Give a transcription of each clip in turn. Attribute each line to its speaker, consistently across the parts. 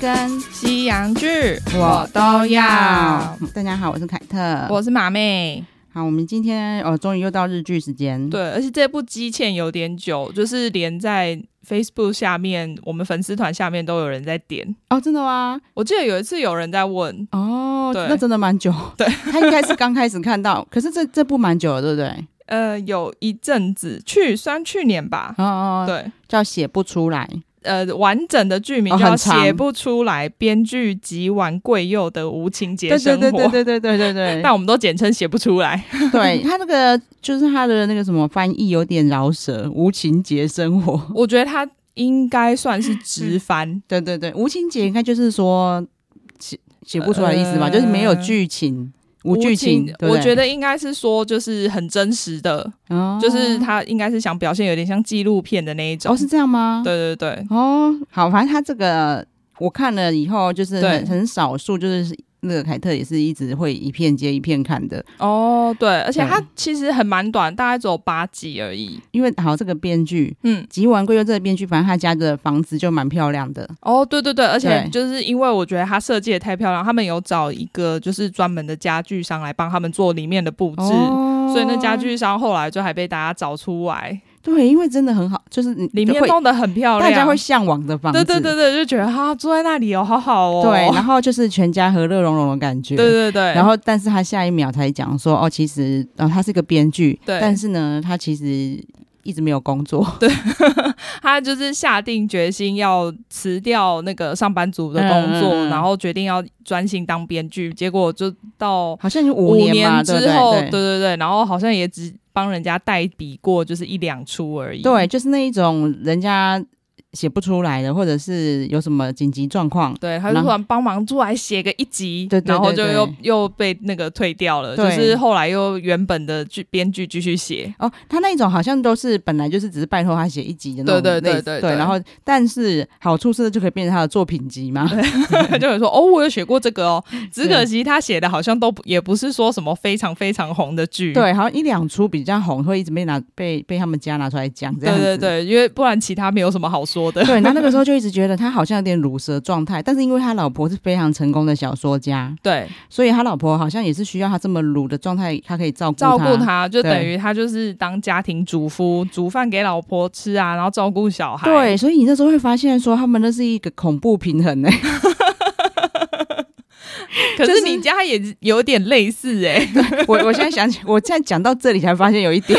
Speaker 1: 跟
Speaker 2: 西洋剧
Speaker 1: 我都要。
Speaker 3: 大家好，我是凯特。
Speaker 2: 我是马妹。
Speaker 3: 好，我们今天哦，终于又到日剧时间。，
Speaker 2: 对，而且这部积欠有点久，就是连在 Facebook 下面，我们粉丝团下面都有人在点。
Speaker 3: 哦，真的吗？
Speaker 2: 我记得有一次有人在问，
Speaker 3: 哦，
Speaker 2: 对
Speaker 3: 那真的蛮久。
Speaker 2: 对，
Speaker 3: 他应该是刚开始看到，可是这这部蛮久了，对不对？
Speaker 2: 呃，有一阵子去，算去年吧，
Speaker 3: 哦哦，哦，
Speaker 2: 对。
Speaker 3: 叫写不出来。
Speaker 2: 呃，完整的剧名
Speaker 3: 哦
Speaker 2: 叫
Speaker 3: 很长
Speaker 2: 写不出来，编剧吉丸贵佑的无情节
Speaker 3: 对
Speaker 2: 生
Speaker 3: 对
Speaker 2: 活，
Speaker 3: 对对对对对对 对。
Speaker 2: 但我们都简称写不出来。
Speaker 3: 对他那个就是他的那个什么翻译有点饶舌，无情节生活。
Speaker 2: 我觉得他应该算是直翻，
Speaker 3: 对对对，无情节应该就是说写写不出来的意思吧，
Speaker 2: 呃
Speaker 3: 就是没有剧情，无剧情。对不对
Speaker 2: 我觉得应该是说就是很真实的，
Speaker 3: 哦
Speaker 2: 就是他应该是想表现有点像纪录片的那一种。
Speaker 3: 哦是这样吗？
Speaker 2: 对对对，
Speaker 3: 哦，好，反正他这个我看了以后，就是
Speaker 2: 对
Speaker 3: 很很少数，就是那个凯特也是一直会一片接一片看的，
Speaker 2: 哦对，而且它
Speaker 3: 对
Speaker 2: 其实很蛮短，大概只有八集而已。
Speaker 3: 因为好这个编剧。
Speaker 2: 嗯，
Speaker 3: 吉丸贵佑这个编剧，反正他家的房子就蛮漂亮的，
Speaker 2: 哦，对对对，而且
Speaker 3: 对
Speaker 2: 就是因为我觉得它设计的太漂亮，他们有找一个就是专门的家具商来帮他们做里面的布置，
Speaker 3: 哦
Speaker 2: 所以那家具商后来就还被大家找出来，
Speaker 3: 对，因为真的很好，就是你
Speaker 2: 里面
Speaker 3: 会
Speaker 2: 弄得很漂亮，
Speaker 3: 大家会向往的房子，
Speaker 2: 对对对对，就觉得哈坐在那里哦，好好哦，
Speaker 3: 对，然后就是全家和乐融融的感觉，
Speaker 2: 对对对，
Speaker 3: 然后，但是他下一秒才讲说，哦，其实，然、后他是个编剧，
Speaker 2: 对
Speaker 3: 但是呢，他其实一直没有工作，
Speaker 2: 他就是下定决心要辞掉那个上班族的工作，
Speaker 3: 嗯嗯嗯
Speaker 2: 然后决定要专心当编剧，结果就到
Speaker 3: 好像有
Speaker 2: 五
Speaker 3: 年嘛，
Speaker 2: 之
Speaker 3: 对不对
Speaker 2: 后，
Speaker 3: 对
Speaker 2: 对对对，然后好像也只帮人家代笔过，就是一两出而已。
Speaker 3: 对，就是那一种人家写不出来的，或者是有什么紧急状况，
Speaker 2: 对，他就
Speaker 3: 然
Speaker 2: 突
Speaker 3: 后
Speaker 2: 然帮忙出来写个一集，
Speaker 3: 对对对
Speaker 2: 然后就
Speaker 3: 对
Speaker 2: 又又被那个退掉了，就
Speaker 3: 对
Speaker 2: 是后来又原本的剧编剧继续写，
Speaker 3: 哦，他那一种好像都是本来就是只是拜托他写一集的那种类
Speaker 2: 对
Speaker 3: 似，
Speaker 2: 对对对
Speaker 3: 对
Speaker 2: 对
Speaker 3: 然后但是好处是就可以变成他的作品集嘛，
Speaker 2: 就有人说哦，我有写过这个哦，只
Speaker 3: 对
Speaker 2: 可惜他写的好像都不也不是说什么非常非常红的剧，
Speaker 3: 对，好像一两出比较红，会一直被拿被被他们家拿出来讲这样
Speaker 2: 对
Speaker 3: 子，
Speaker 2: 对对，因为不然其他没有什么好说 的。
Speaker 3: 对，那那个时候就一直觉得他好像有点乳蛇状态，但是因为他老婆是非常成功的小说家，
Speaker 2: 对，
Speaker 3: 所以他老婆好像也是需要他这么乳的状态，他可以照顾
Speaker 2: 照顾
Speaker 3: 他。
Speaker 2: 他就
Speaker 3: 对
Speaker 2: 等于他就是当家庭主夫，煮饭给老婆吃啊，然后照顾小孩。
Speaker 3: 对，所以你那时候会发现说，他们那是一个恐怖平衡呢、
Speaker 2: 可
Speaker 3: 就是是
Speaker 2: 你家也有点类似哎、
Speaker 3: 我我现在想起，我现在讲到这里才发现有一 点，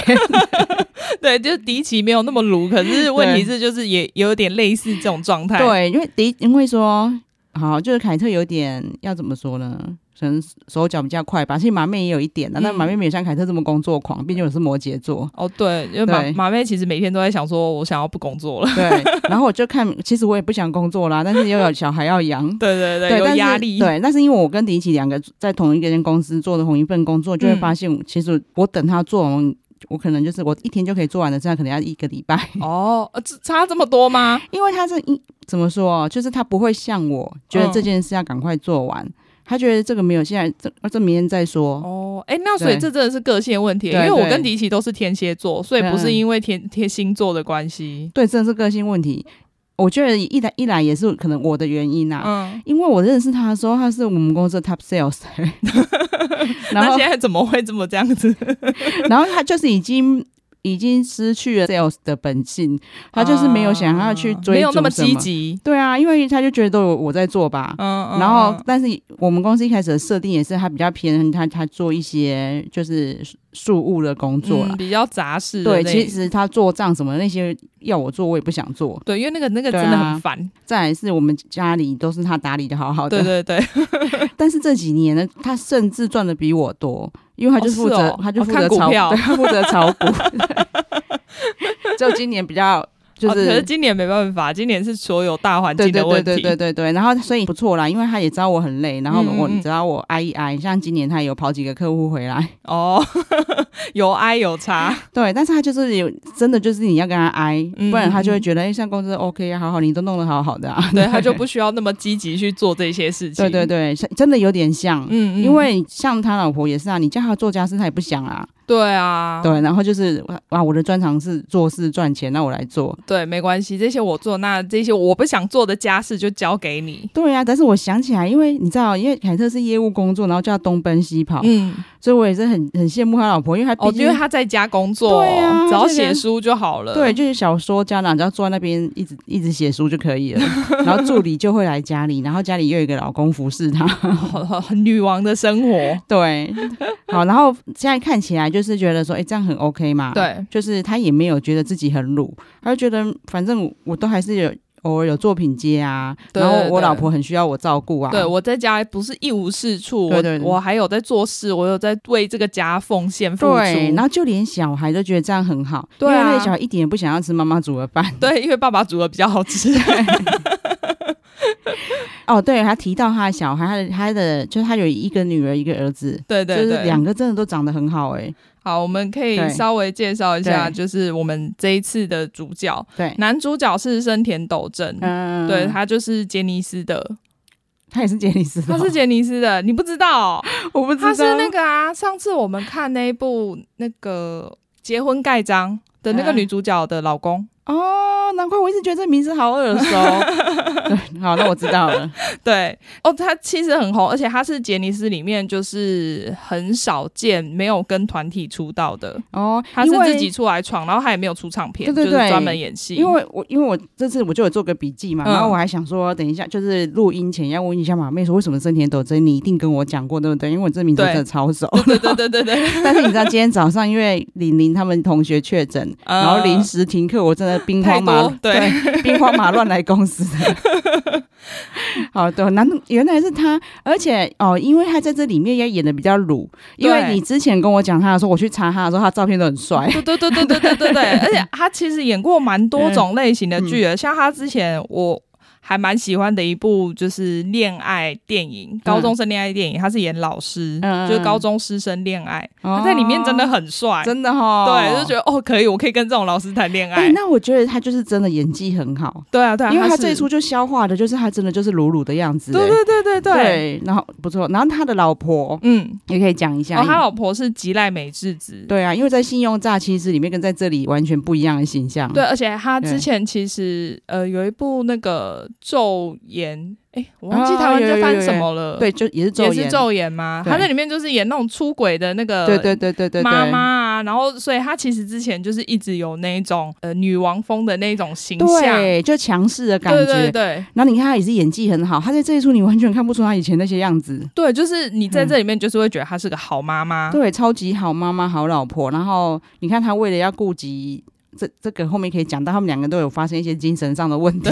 Speaker 2: 对，就是迪奇没有那么鲁，可是问题是就是也也有点类似这种状态。，
Speaker 3: 对，因为第因为说，好，就是凯特有点要怎么说呢？可能手脚比较快吧，其实马妹也有一点的、啊但
Speaker 2: 嗯
Speaker 3: 马妹没有像凯特这么工作狂，毕竟我是摩羯座。
Speaker 2: 哦对，因为马
Speaker 3: 对
Speaker 2: 马妹其实每天都在想说，我想要不工作了。
Speaker 3: 对，然后我就看，其实我也不想工作啦，但是又有小孩要养，
Speaker 2: 对对
Speaker 3: 对，
Speaker 2: 对，
Speaker 3: 但
Speaker 2: 有
Speaker 3: 是
Speaker 2: 压力。
Speaker 3: 对，那是因为我跟迪奇两个在同一个间公司做的同一份工作，就会
Speaker 2: 嗯
Speaker 3: 发现，其实我等他做完，我可能就是我一天就可以做完的，这样可能要一个礼拜。
Speaker 2: 哦，呃这差这么多吗？
Speaker 3: 因为他是一怎么说，啊就是他不会像我觉得这件事要赶快做完，他觉得这个没有，现在这这明天再说。
Speaker 2: 哦，哎，那所以
Speaker 3: 对
Speaker 2: 这真的是个性问题，因
Speaker 3: 对
Speaker 2: 为我
Speaker 3: 对
Speaker 2: 跟迪奇都是天蝎座，所以不是
Speaker 3: 嗯
Speaker 2: 因为天天星座的关系。
Speaker 3: 对，这是个性问题。我觉得一来一来也是可能我的原因呐、
Speaker 2: 嗯，
Speaker 3: 因为我认识他的时候，他是我们公司的 top sales，然
Speaker 2: 那
Speaker 3: 后
Speaker 2: 现在怎么会这么这样子？
Speaker 3: 然后他就是已经已经失去了 sales 的本性， 他就是没有想要去追、
Speaker 2: 啊没有那么积。极。
Speaker 3: 对啊，因为他就觉得都有我在做吧。
Speaker 2: 嗯，嗯
Speaker 3: 然后
Speaker 2: 嗯，
Speaker 3: 但是我们公司一开始的设定也是他比较偏他他做一些就是事务的工作啦
Speaker 2: 嗯。比较杂事的
Speaker 3: 对，
Speaker 2: 那。
Speaker 3: 其实他做账什么那些要我做，我也不想做。
Speaker 2: 对，因为那个那个
Speaker 3: 对
Speaker 2: 真
Speaker 3: 啊
Speaker 2: 的很烦。
Speaker 3: 再来是我们家里都是他打理的好好的，
Speaker 2: 对对对，
Speaker 3: 但是这几年呢，他甚至赚的比我多，因为他就负责，
Speaker 2: 哦是哦
Speaker 3: 他就负责
Speaker 2: 哦看股
Speaker 3: 炒，
Speaker 2: 票
Speaker 3: 对，他负责炒股。 只有今年比较就
Speaker 2: 哦可
Speaker 3: 是。
Speaker 2: 是今年没办法，今年是所有大环
Speaker 3: 对
Speaker 2: 境
Speaker 3: 对
Speaker 2: 的
Speaker 3: 对
Speaker 2: 问
Speaker 3: 对对
Speaker 2: 题。
Speaker 3: 对对，然后所以不错啦，因为他也知道我很累，然后
Speaker 2: 嗯嗯
Speaker 3: 我
Speaker 2: 嗯
Speaker 3: 只要我挨一挨，像今年他也有跑几个客户回来，
Speaker 2: 哦， 有哀 有差，
Speaker 3: 对，但是他就是有真的就是你要跟他挨，
Speaker 2: 嗯
Speaker 3: 不然他就会觉得，哎、像公司 OK 啊，好好，你都弄得好好的啊，
Speaker 2: 对他就不需要那么积极去做这些事 情。
Speaker 3: 对对对，像真的有点像。
Speaker 2: 嗯，嗯
Speaker 3: 因为像他老婆也是啊，你叫他做家事，他也不想啊。
Speaker 2: 对啊，
Speaker 3: 对，然后就是哇，我的专长是做事赚钱，那我来做。
Speaker 2: 对，没关系，这些我做，那这些我不想做的家事就交给你。
Speaker 3: 对啊，但是我想起来，因为你知道，因为凯特是业务工作，然后就要东奔西跑，
Speaker 2: 嗯，
Speaker 3: 所以我也是很很羡慕他老婆，因为他
Speaker 2: 哦
Speaker 3: 毕，
Speaker 2: 因
Speaker 3: 竟、
Speaker 2: 为他在家工作，
Speaker 3: 对啊
Speaker 2: 只要
Speaker 3: 他在
Speaker 2: 写
Speaker 3: 家
Speaker 2: 书就好了。
Speaker 3: 对，就是小说家长只要坐在那边一直一直写书就可 以了，然后助理就会来家里，然后家里又有一个老公服侍他。
Speaker 2: 很很很女王的生活。
Speaker 3: 对，好，然后现在看起来就是觉得说，哎、这样很 OK 嘛？，
Speaker 2: 对，
Speaker 3: 就是他也没有觉得自己很鲁，他就觉得反正我我都还是有偶尔有作品接啊，
Speaker 2: 对
Speaker 3: 然
Speaker 2: 对
Speaker 3: 后我
Speaker 2: 对
Speaker 3: 老婆很需要我照顾啊，
Speaker 2: 对我在家不是一无是处，
Speaker 3: 对对对
Speaker 2: 我我还有在做事，我有在为这个家奉献付出。
Speaker 3: 对，然后就连小孩都觉得这样很好，
Speaker 2: 对啊
Speaker 3: 因为那个小孩一点也不想要吃妈妈煮的饭。
Speaker 2: 对因为爸爸煮的比较好吃。
Speaker 3: 哦，对，还提到他的小孩，他的他的就是他有一个女儿，一个儿子，
Speaker 2: 对对
Speaker 3: 就是
Speaker 2: 对。
Speaker 3: 两个真的都长得很好哎、
Speaker 2: 好，我们可以
Speaker 3: 对
Speaker 2: 稍微介绍一下，
Speaker 3: 对
Speaker 2: 就是我们这一次的主角，
Speaker 3: 对，
Speaker 2: 男主角是生田斗真。
Speaker 3: 嗯，
Speaker 2: 对他就是杰尼斯的，
Speaker 3: 他也是杰尼斯哦，
Speaker 2: 他是杰尼 斯的，你不知道哦、
Speaker 3: 我不知道，
Speaker 2: 他是那个啊，上次我们看那一部那个结婚盖章的那个
Speaker 3: 嗯
Speaker 2: 女主角的老公，
Speaker 3: 哦，难怪我一直觉得这名字好耳 熟。对好，那我知道了。
Speaker 2: 对哦，他其实很红，而且他是杰尼斯里面就是很少见没有跟团体出道的，
Speaker 3: 哦，
Speaker 2: 他是
Speaker 3: 因为
Speaker 2: 自己出来闯，然后他也没有出唱片，
Speaker 3: 对对对
Speaker 2: 就是专门演戏。
Speaker 3: 因为我因为我这次我就有做个笔记嘛，
Speaker 2: 嗯
Speaker 3: 然后我还想说，等一下就是录音前要问一下马妹说，为什么森田斗真你一定跟我讲过，对不对？因为我这名字
Speaker 2: 对
Speaker 3: 真的超熟。
Speaker 2: 对对对对对，
Speaker 3: 但是你知道今天早上因为玲玲他们同学确诊，
Speaker 2: 呃
Speaker 3: 然后临时停课，我真的兵荒马
Speaker 2: 太多对
Speaker 3: 对 兵荒马乱来公司的。 好的，难原来是他，而且哦，因为他在这里面也演的比较鲁，因为
Speaker 2: 对
Speaker 3: 你之前跟我讲他的时候，我去查他的时候，他照片都很帅。
Speaker 2: 对对对对对对 对对，而且他其实演过蛮多种类型的剧
Speaker 3: 嗯
Speaker 2: 的，像他之前我。还蛮喜欢的一部就是恋爱电影，高中生恋爱电影，他是演老师，
Speaker 3: 嗯嗯嗯
Speaker 2: 就是高中师生恋爱，
Speaker 3: 他
Speaker 2: 他 在里面真的很帅，
Speaker 3: 哦真的哈、
Speaker 2: 对，就觉得哦可以，我可以跟这种老师谈恋
Speaker 3: 哎、
Speaker 2: 爱，
Speaker 3: 那我觉得他就是真的演技很好，
Speaker 2: 对啊对啊，
Speaker 3: 因为他
Speaker 2: 是
Speaker 3: 这一出就消化的就是他真的就是鲁鲁的样子、
Speaker 2: 对
Speaker 3: 哎
Speaker 2: 对对对对，
Speaker 3: 对，然后不错，然后他的老婆
Speaker 2: 嗯，
Speaker 3: 也可以讲一下，
Speaker 2: 然后他老婆是吉濑美智子，
Speaker 3: 对啊，因为在《信用诈欺师》里面跟在这里完全不一样的形象。
Speaker 2: 对，而且他
Speaker 3: 对
Speaker 2: 之前其实呃有一部那个昼颜，哎，我忘记台湾在翻什么了，
Speaker 3: 对，就也是
Speaker 2: 也
Speaker 3: 昼
Speaker 2: 是
Speaker 3: 颜，
Speaker 2: 昼颜吗？
Speaker 3: 对
Speaker 2: 他在里面就是演那种出轨的那个
Speaker 3: 对对对对对对，
Speaker 2: 妈妈啊，然后所以他其实之前就是一直有那一种呃女王风的那种形象，
Speaker 3: 对，就强势的感
Speaker 2: 对
Speaker 3: 觉。嗯
Speaker 2: 对对
Speaker 3: 然后你看他也是演技很好，他在这一出你完全看不出他以前那些样子。
Speaker 2: 对，就是你在这里面就是会觉得她是个好妈妈，
Speaker 3: 对，超级好妈妈、好老婆。然后你看他为了要顾及这这个后面可以讲到，他们两个都有发生一些精神上的 问题。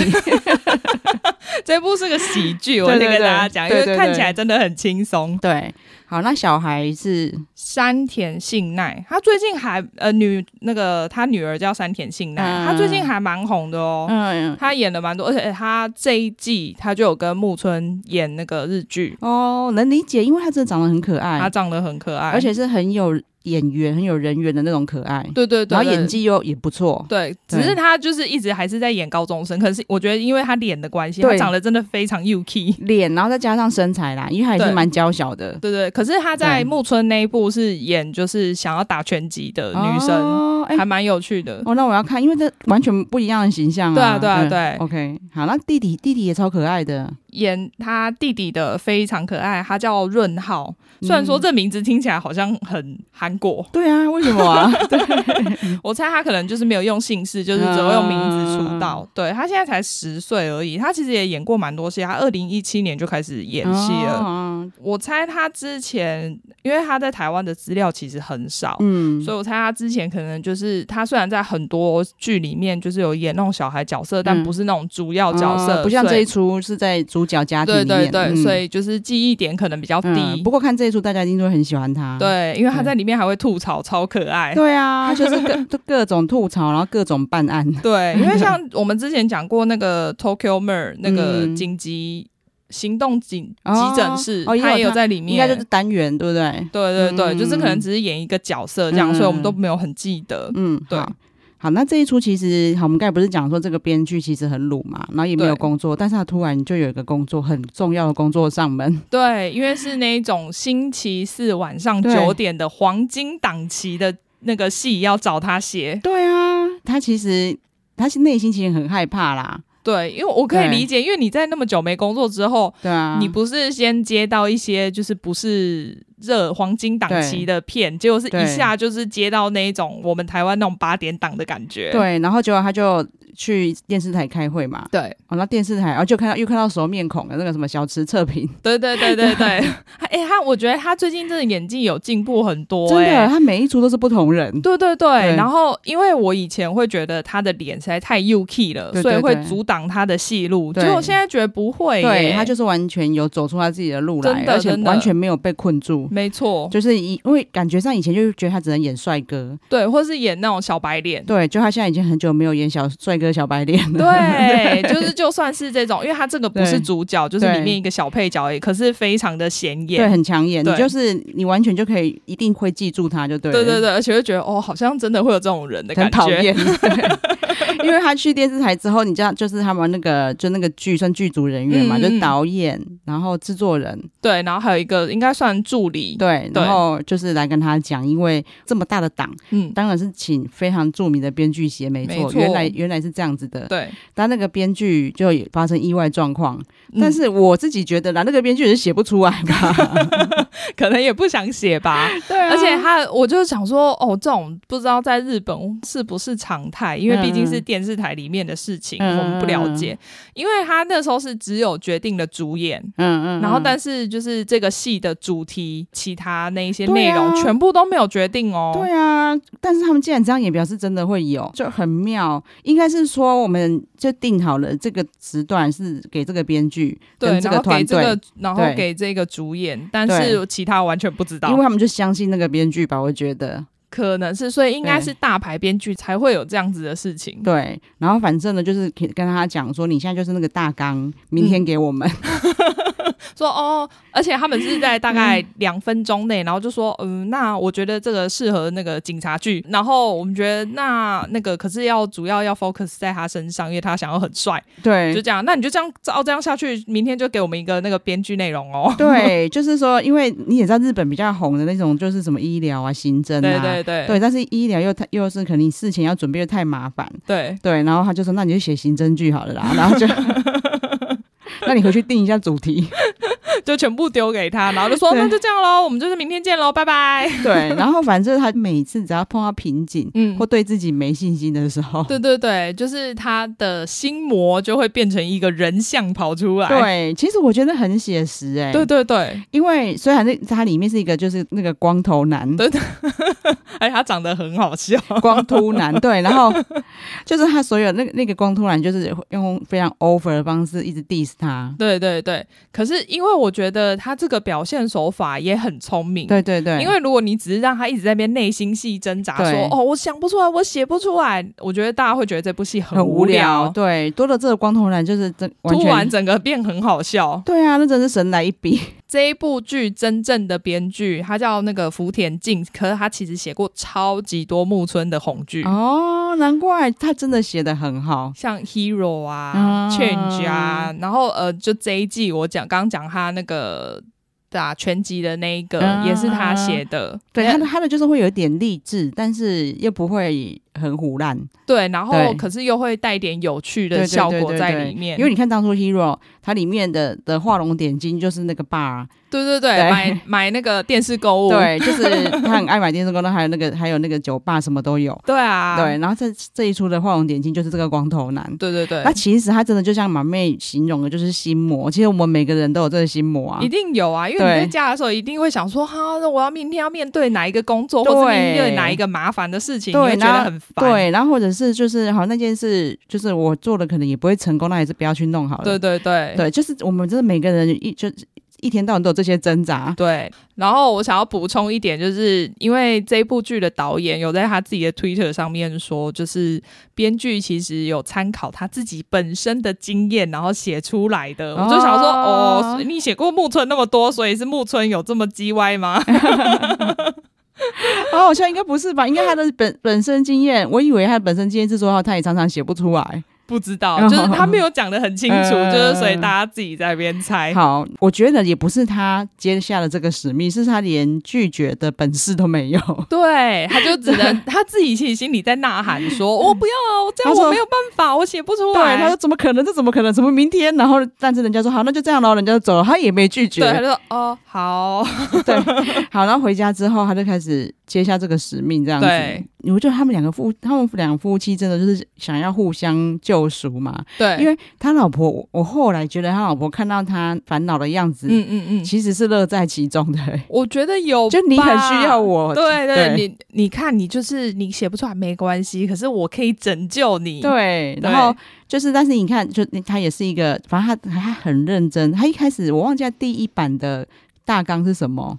Speaker 2: 这部是个喜 剧，我
Speaker 3: 对
Speaker 2: 先
Speaker 3: 对
Speaker 2: 跟大家
Speaker 3: 对
Speaker 2: 讲，因
Speaker 3: 对
Speaker 2: 为
Speaker 3: 对
Speaker 2: 看
Speaker 3: 对
Speaker 2: 起来真的很轻松。
Speaker 3: 对，好，那小孩是
Speaker 2: 山田杏奈，她最近还呃女那个她女儿叫山田杏奈，
Speaker 3: 嗯
Speaker 2: 她最近还蛮红的哦。
Speaker 3: 嗯
Speaker 2: 她演了蛮多，而且她这一季她就有跟木村演那个日剧，
Speaker 3: 哦，能理解，因为他真的长得很可爱，
Speaker 2: 她长得很可爱，
Speaker 3: 而且是很有眼缘、很有人缘的那种可爱，
Speaker 2: 对对对，
Speaker 3: 然后演
Speaker 2: 对
Speaker 3: 技又也不错。
Speaker 2: 对，只是她就是一直还是在演高中生，可是我觉得因为她脸的关系，她
Speaker 3: 对
Speaker 2: 长得真的非常 UK。
Speaker 3: 脸，然后再加上身材啦，因为他也
Speaker 2: 对
Speaker 3: 是蛮娇小的
Speaker 2: 对对，可是她在
Speaker 3: 对
Speaker 2: 木村那一部是演就是想要打拳击的女生，
Speaker 3: 哦，哎、
Speaker 2: 还蛮有趣的。
Speaker 3: 哦，那我要看，因为这完全不一样的形象啊。
Speaker 2: 对啊对啊对
Speaker 3: OK，好，那弟弟弟弟也超可爱的，
Speaker 2: 演他弟弟的非常可爱，他叫润浩。
Speaker 3: 嗯
Speaker 2: 虽然说这名字听起来好像很韩国，
Speaker 3: 对啊，为什么 啊？
Speaker 2: 我猜他可能就是没有用姓氏，
Speaker 3: 嗯
Speaker 2: 就是只会用名字出道。对他现在才十岁而已，他其实也演过蛮多戏，他二零一七年就开始演戏了。
Speaker 3: 哦
Speaker 2: 我猜他之前，因为他在台湾的资料其实很少。
Speaker 3: 嗯，
Speaker 2: 所以我猜他之前可能就是他虽然在很多剧里面就是有演那种小孩角色，但
Speaker 3: 嗯
Speaker 2: 不是那种主要角色，
Speaker 3: 哦不像
Speaker 2: 所
Speaker 3: 这
Speaker 2: 以
Speaker 3: 一出是在主角家庭
Speaker 2: 对
Speaker 3: 里
Speaker 2: 对
Speaker 3: 面，
Speaker 2: 对，
Speaker 3: 嗯
Speaker 2: 所以就是记忆点可能比较低。
Speaker 3: 嗯不过看这一出，大家一定都会很喜欢他。。
Speaker 2: 对，因为他在里面还会吐槽，超可爱。
Speaker 3: 对啊，就是各 就各种吐槽，然后各种办案。
Speaker 2: 对，因为像我们之前讲过那个 Tokyo Mer 那个
Speaker 3: 嗯
Speaker 2: 紧急行动急
Speaker 3: 哦
Speaker 2: 急诊室，
Speaker 3: 哦也有
Speaker 2: 他也有
Speaker 3: 他
Speaker 2: 在里
Speaker 3: 应
Speaker 2: 面，
Speaker 3: 该就是单元，对不对？
Speaker 2: 对对对，
Speaker 3: 嗯
Speaker 2: 就是可能只是演一个角色这样，
Speaker 3: 嗯
Speaker 2: 所以我们都没有很记得。
Speaker 3: 嗯，
Speaker 2: 对
Speaker 3: 好。好，那这一出其实好，我们刚才不是讲说这个编剧其实很鲁嘛，然后也没有
Speaker 2: 对
Speaker 3: 工作，但是他突然就有一个工作很重要的工作上门，
Speaker 2: 对，因为是那一种星期四晚上
Speaker 3: 对
Speaker 2: 九点的黄金档期的那个戏要找他写。
Speaker 3: 对啊，他其实他是内心其实很害怕啦，
Speaker 2: 对，因为我可以
Speaker 3: 对
Speaker 2: 理解，因为你在那么久没工作之后，
Speaker 3: 对啊，
Speaker 2: 你不是先接到一些就是不是热黄金档期的片，结果是
Speaker 3: 对
Speaker 2: 一下就是接到那一种我们台湾那种八点档的感觉。
Speaker 3: 对，然后结果他就去电视台开会嘛，
Speaker 2: 对
Speaker 3: 哦，那电视台，然后就看到又看到熟面孔的那个什么小池测评，
Speaker 2: 对对对对 对，哎、他我觉得他最近真的演技有进步很多、
Speaker 3: 真
Speaker 2: 哎
Speaker 3: 的，他每一出都是不同人，
Speaker 2: 对对对，
Speaker 3: 对
Speaker 2: 然后因为我以前会觉得他的脸实在太 U K 了，
Speaker 3: 对对
Speaker 2: 所以会
Speaker 3: 对
Speaker 2: 阻挡他的戏路。
Speaker 3: 对
Speaker 2: 结果现在觉得不会耶，
Speaker 3: 对他就是完全有走出他自己的路来
Speaker 2: 真，的
Speaker 3: 而且
Speaker 2: 真的
Speaker 3: 完全没有被困住，
Speaker 2: 没错，
Speaker 3: 就是以因为感觉上以前就觉得他只能演帅哥，
Speaker 2: 对，或是演那种小白脸，
Speaker 3: 对，就他现在已经很久没有演小帅哥小白脸 了，
Speaker 2: 对，就是就算是这种，因为他这个不
Speaker 3: 对
Speaker 2: 是主角，就是
Speaker 3: 对
Speaker 2: 里面一个小配角而已，可是非常的显
Speaker 3: 对，
Speaker 2: 眼。
Speaker 3: 很抢眼，你
Speaker 2: 对
Speaker 3: 就是你完全就可以一定会记住他就对了，
Speaker 2: 对对对，而且会觉得哦，好像真的会有这种人的
Speaker 3: 很
Speaker 2: 感
Speaker 3: 讨
Speaker 2: 觉。
Speaker 3: 厌。对 因为他去电视台之后，你知道，就是他们那个就那个剧算剧组人员嘛，
Speaker 2: 嗯嗯
Speaker 3: 就是导演，然后制作人，
Speaker 2: 对，然后还有一个应该算助理，
Speaker 3: 对，
Speaker 2: 对
Speaker 3: 然后就是来跟他讲，因为这么大的档，
Speaker 2: 嗯，
Speaker 3: 当然是请非常著名的编剧写，没
Speaker 2: 没
Speaker 3: 错，
Speaker 2: 错
Speaker 3: 原来原来是这样子的，
Speaker 2: 对。
Speaker 3: 但那个编剧就也发生意外状况，但
Speaker 2: 嗯
Speaker 3: 是我自己觉得啦，那个编剧也是写不出来 吧，
Speaker 2: 嗯可能也不想写吧，
Speaker 3: 对 啊
Speaker 2: 而且他，我就想说，哦，这种不知道在日本是不是常态，因为毕竟是电视台里面的事情，
Speaker 3: 嗯
Speaker 2: 我们不了解。因为他那时候是只有决定了主演，
Speaker 3: 嗯嗯，
Speaker 2: 然后
Speaker 3: 嗯
Speaker 2: 但是就是这个戏的主题，其他那一些
Speaker 3: 对
Speaker 2: 内
Speaker 3: 啊
Speaker 2: 容全部都没有决定哦。
Speaker 3: 对啊，但是他们既然这样，也表示真的会有，就很妙。应该是说，我们就定好了这个时段是给这个编剧
Speaker 2: 对
Speaker 3: 跟这
Speaker 2: 然
Speaker 3: 个
Speaker 2: 后给
Speaker 3: 团
Speaker 2: 这
Speaker 3: 队，
Speaker 2: 个，然后
Speaker 3: 对
Speaker 2: 给这个主演，但是其他完全不知道
Speaker 3: 因为，他们就相信那个编剧吧，我觉得
Speaker 2: 可能是所以应该
Speaker 3: 对
Speaker 2: 是大牌编剧才会有这样子的事情。
Speaker 3: 对。然后反正呢，就是可以跟他讲说，你现在就是那个大纲，明天给我
Speaker 2: 嗯
Speaker 3: 们。
Speaker 2: 说哦，而且他们是在大
Speaker 3: 嗯
Speaker 2: 概两分钟内，然后就说，嗯，那我觉得这个适合那个警察剧，然后我们觉得那那个可是要主要要 focus 在他身上，因为他想要很帅，就
Speaker 3: 对。
Speaker 2: 这样。那你就这样照这样下去，明天就给我们一个那个编剧内容哦。
Speaker 3: 对，就是说，因为你也知道日本比较红的那种，就是什么医疗啊、刑侦啊，
Speaker 2: 对对对
Speaker 3: 对但是医疗又太又是可能你事前要准备又太麻烦，
Speaker 2: 对
Speaker 3: 对，然后他就说：“那你就写刑侦剧好了 啦。”然后就， 那你回去定一下主 题。
Speaker 2: 就全部丢给他，然后就说
Speaker 3: 对
Speaker 2: 那就这样喽，我们就是明天见喽，拜拜。
Speaker 3: 对，然后反正他每次只要碰到瓶颈
Speaker 2: 嗯
Speaker 3: 或，对自己没信心的时候，
Speaker 2: 对对对，就是他的心魔就会变成一个人像跑出来。
Speaker 3: 对，其实我觉得很写实哎、
Speaker 2: 对，对对，
Speaker 3: 因为虽然那它里面是一个就是那个光头男。
Speaker 2: 对而哎且他长得很好笑。
Speaker 3: 光秃 男对，然后就是他所有那个那个光秃男，就是用非常 over 的方式一直 diss 他。
Speaker 2: 对对对，可是因为我觉得他这个表现手法也很聪明。
Speaker 3: 对对对，
Speaker 2: 因为如果你只是让他一直在那边内心戏挣扎，
Speaker 3: 对
Speaker 2: 说哦，我想不出来，我写不出来，我觉得大家会觉得这部戏
Speaker 3: 很
Speaker 2: 无
Speaker 3: 无聊。对，多了这个光头男就是真完
Speaker 2: 突
Speaker 3: 全
Speaker 2: 然整个变很好笑。
Speaker 3: 对啊，那真是神来一笔。
Speaker 2: 这一部剧真正的编剧，他叫那个福田静，可是他其实写过超级多木村的红剧，
Speaker 3: 哦，难怪他真的写的很好。
Speaker 2: 像 Hero 啊、
Speaker 3: 啊
Speaker 2: Change 啊，然后呃，就这一季我讲刚刚讲他那个打拳击的那一个、
Speaker 3: 啊
Speaker 2: 也是他写的，
Speaker 3: 对
Speaker 2: 那
Speaker 3: 他的他的就是会有一点励志，但是又不会很胡乱
Speaker 2: 对，然后
Speaker 3: 对
Speaker 2: 可是又会带一点有趣
Speaker 3: 对
Speaker 2: 的
Speaker 3: 对
Speaker 2: 效
Speaker 3: 对
Speaker 2: 果
Speaker 3: 对
Speaker 2: 在
Speaker 3: 对
Speaker 2: 里面，
Speaker 3: 因为你看当初 Hero 它里面的的画龙点睛就是那个 bar，
Speaker 2: 对对对，
Speaker 3: 对
Speaker 2: 买买那个电视购物，
Speaker 3: 对，就是他很爱买电视购物，还有那个还有那个酒吧什么都有。
Speaker 2: 对啊，
Speaker 3: 对，然后这这一出的画龙点睛就是这个光头男。
Speaker 2: 对对对
Speaker 3: 那其实他真的就像马妹形容的，就是心魔。其实我们每个人都有这个心魔啊
Speaker 2: 一。定有啊，因为你在
Speaker 3: 对
Speaker 2: 家的时候一定会想说，哈，那我要明天要面对哪一个工作，或者
Speaker 3: 对
Speaker 2: 面对哪一个麻烦的事情，你
Speaker 3: 对
Speaker 2: 会觉得
Speaker 3: 那
Speaker 2: 很烦。
Speaker 3: 对，然后或者是就是好那件事，就是我做了可能也不会成功，那还是不要去弄好了。
Speaker 2: 对对对
Speaker 3: 对，就是我们真的每个人一就一天到晚都有这些挣扎。
Speaker 2: 对，然后我想要补充一点，就是因为这部剧的导演有在他自己的 Twitter 上面说，就是编剧其实有参考他自己本身的经验，然后写出来的。我就想说，
Speaker 3: 哦
Speaker 2: 哦，你写过木村那么多，所以是木村有这么叽歪吗？
Speaker 3: 哦，好像应该不是吧？应该他的本本身经验，我以为他的本身经验是说他也常常写不出来。
Speaker 2: 不知道，就是他没有讲的很清楚，
Speaker 3: 嗯
Speaker 2: 就是所以大家自己在那边猜。
Speaker 3: 好，我觉得也不是他接下了这个使命，是他连拒绝的本事都没 有。
Speaker 2: 对，他就只 能他自己其实心里在呐喊说：“我不要啊，我这样
Speaker 3: 他说
Speaker 2: 我没有办法，我写不出
Speaker 3: 对，他
Speaker 2: 来
Speaker 3: 说。怎么可能？这怎么可能？怎么明天？然后，但是人家说好，那就这样咯，人家就走了，他也没拒”
Speaker 2: 对，他
Speaker 3: 绝。
Speaker 2: 就说：“哦，好。”
Speaker 3: 对，好，然后回家之后，他就开始接下这个使命，这样子。
Speaker 2: 对，
Speaker 3: 我觉得他们两个夫，他们两夫妻真的就是想要互相救赎嘛。
Speaker 2: 对，
Speaker 3: 因为他老婆，我我后来觉得他老婆看到他烦恼的样子，
Speaker 2: 嗯嗯嗯，
Speaker 3: 其实是乐在其中的、欸
Speaker 2: 我觉得有，
Speaker 3: 就你很需要。我，
Speaker 2: 对对，
Speaker 3: 对
Speaker 2: 你你看，你就是你写不出来没关系，可是我可以拯救你。
Speaker 3: 对，
Speaker 2: 对
Speaker 3: 然后就是，但是你看，就他也是一个，反正他他很认真。他一开始我忘记他第一版的大纲是什么，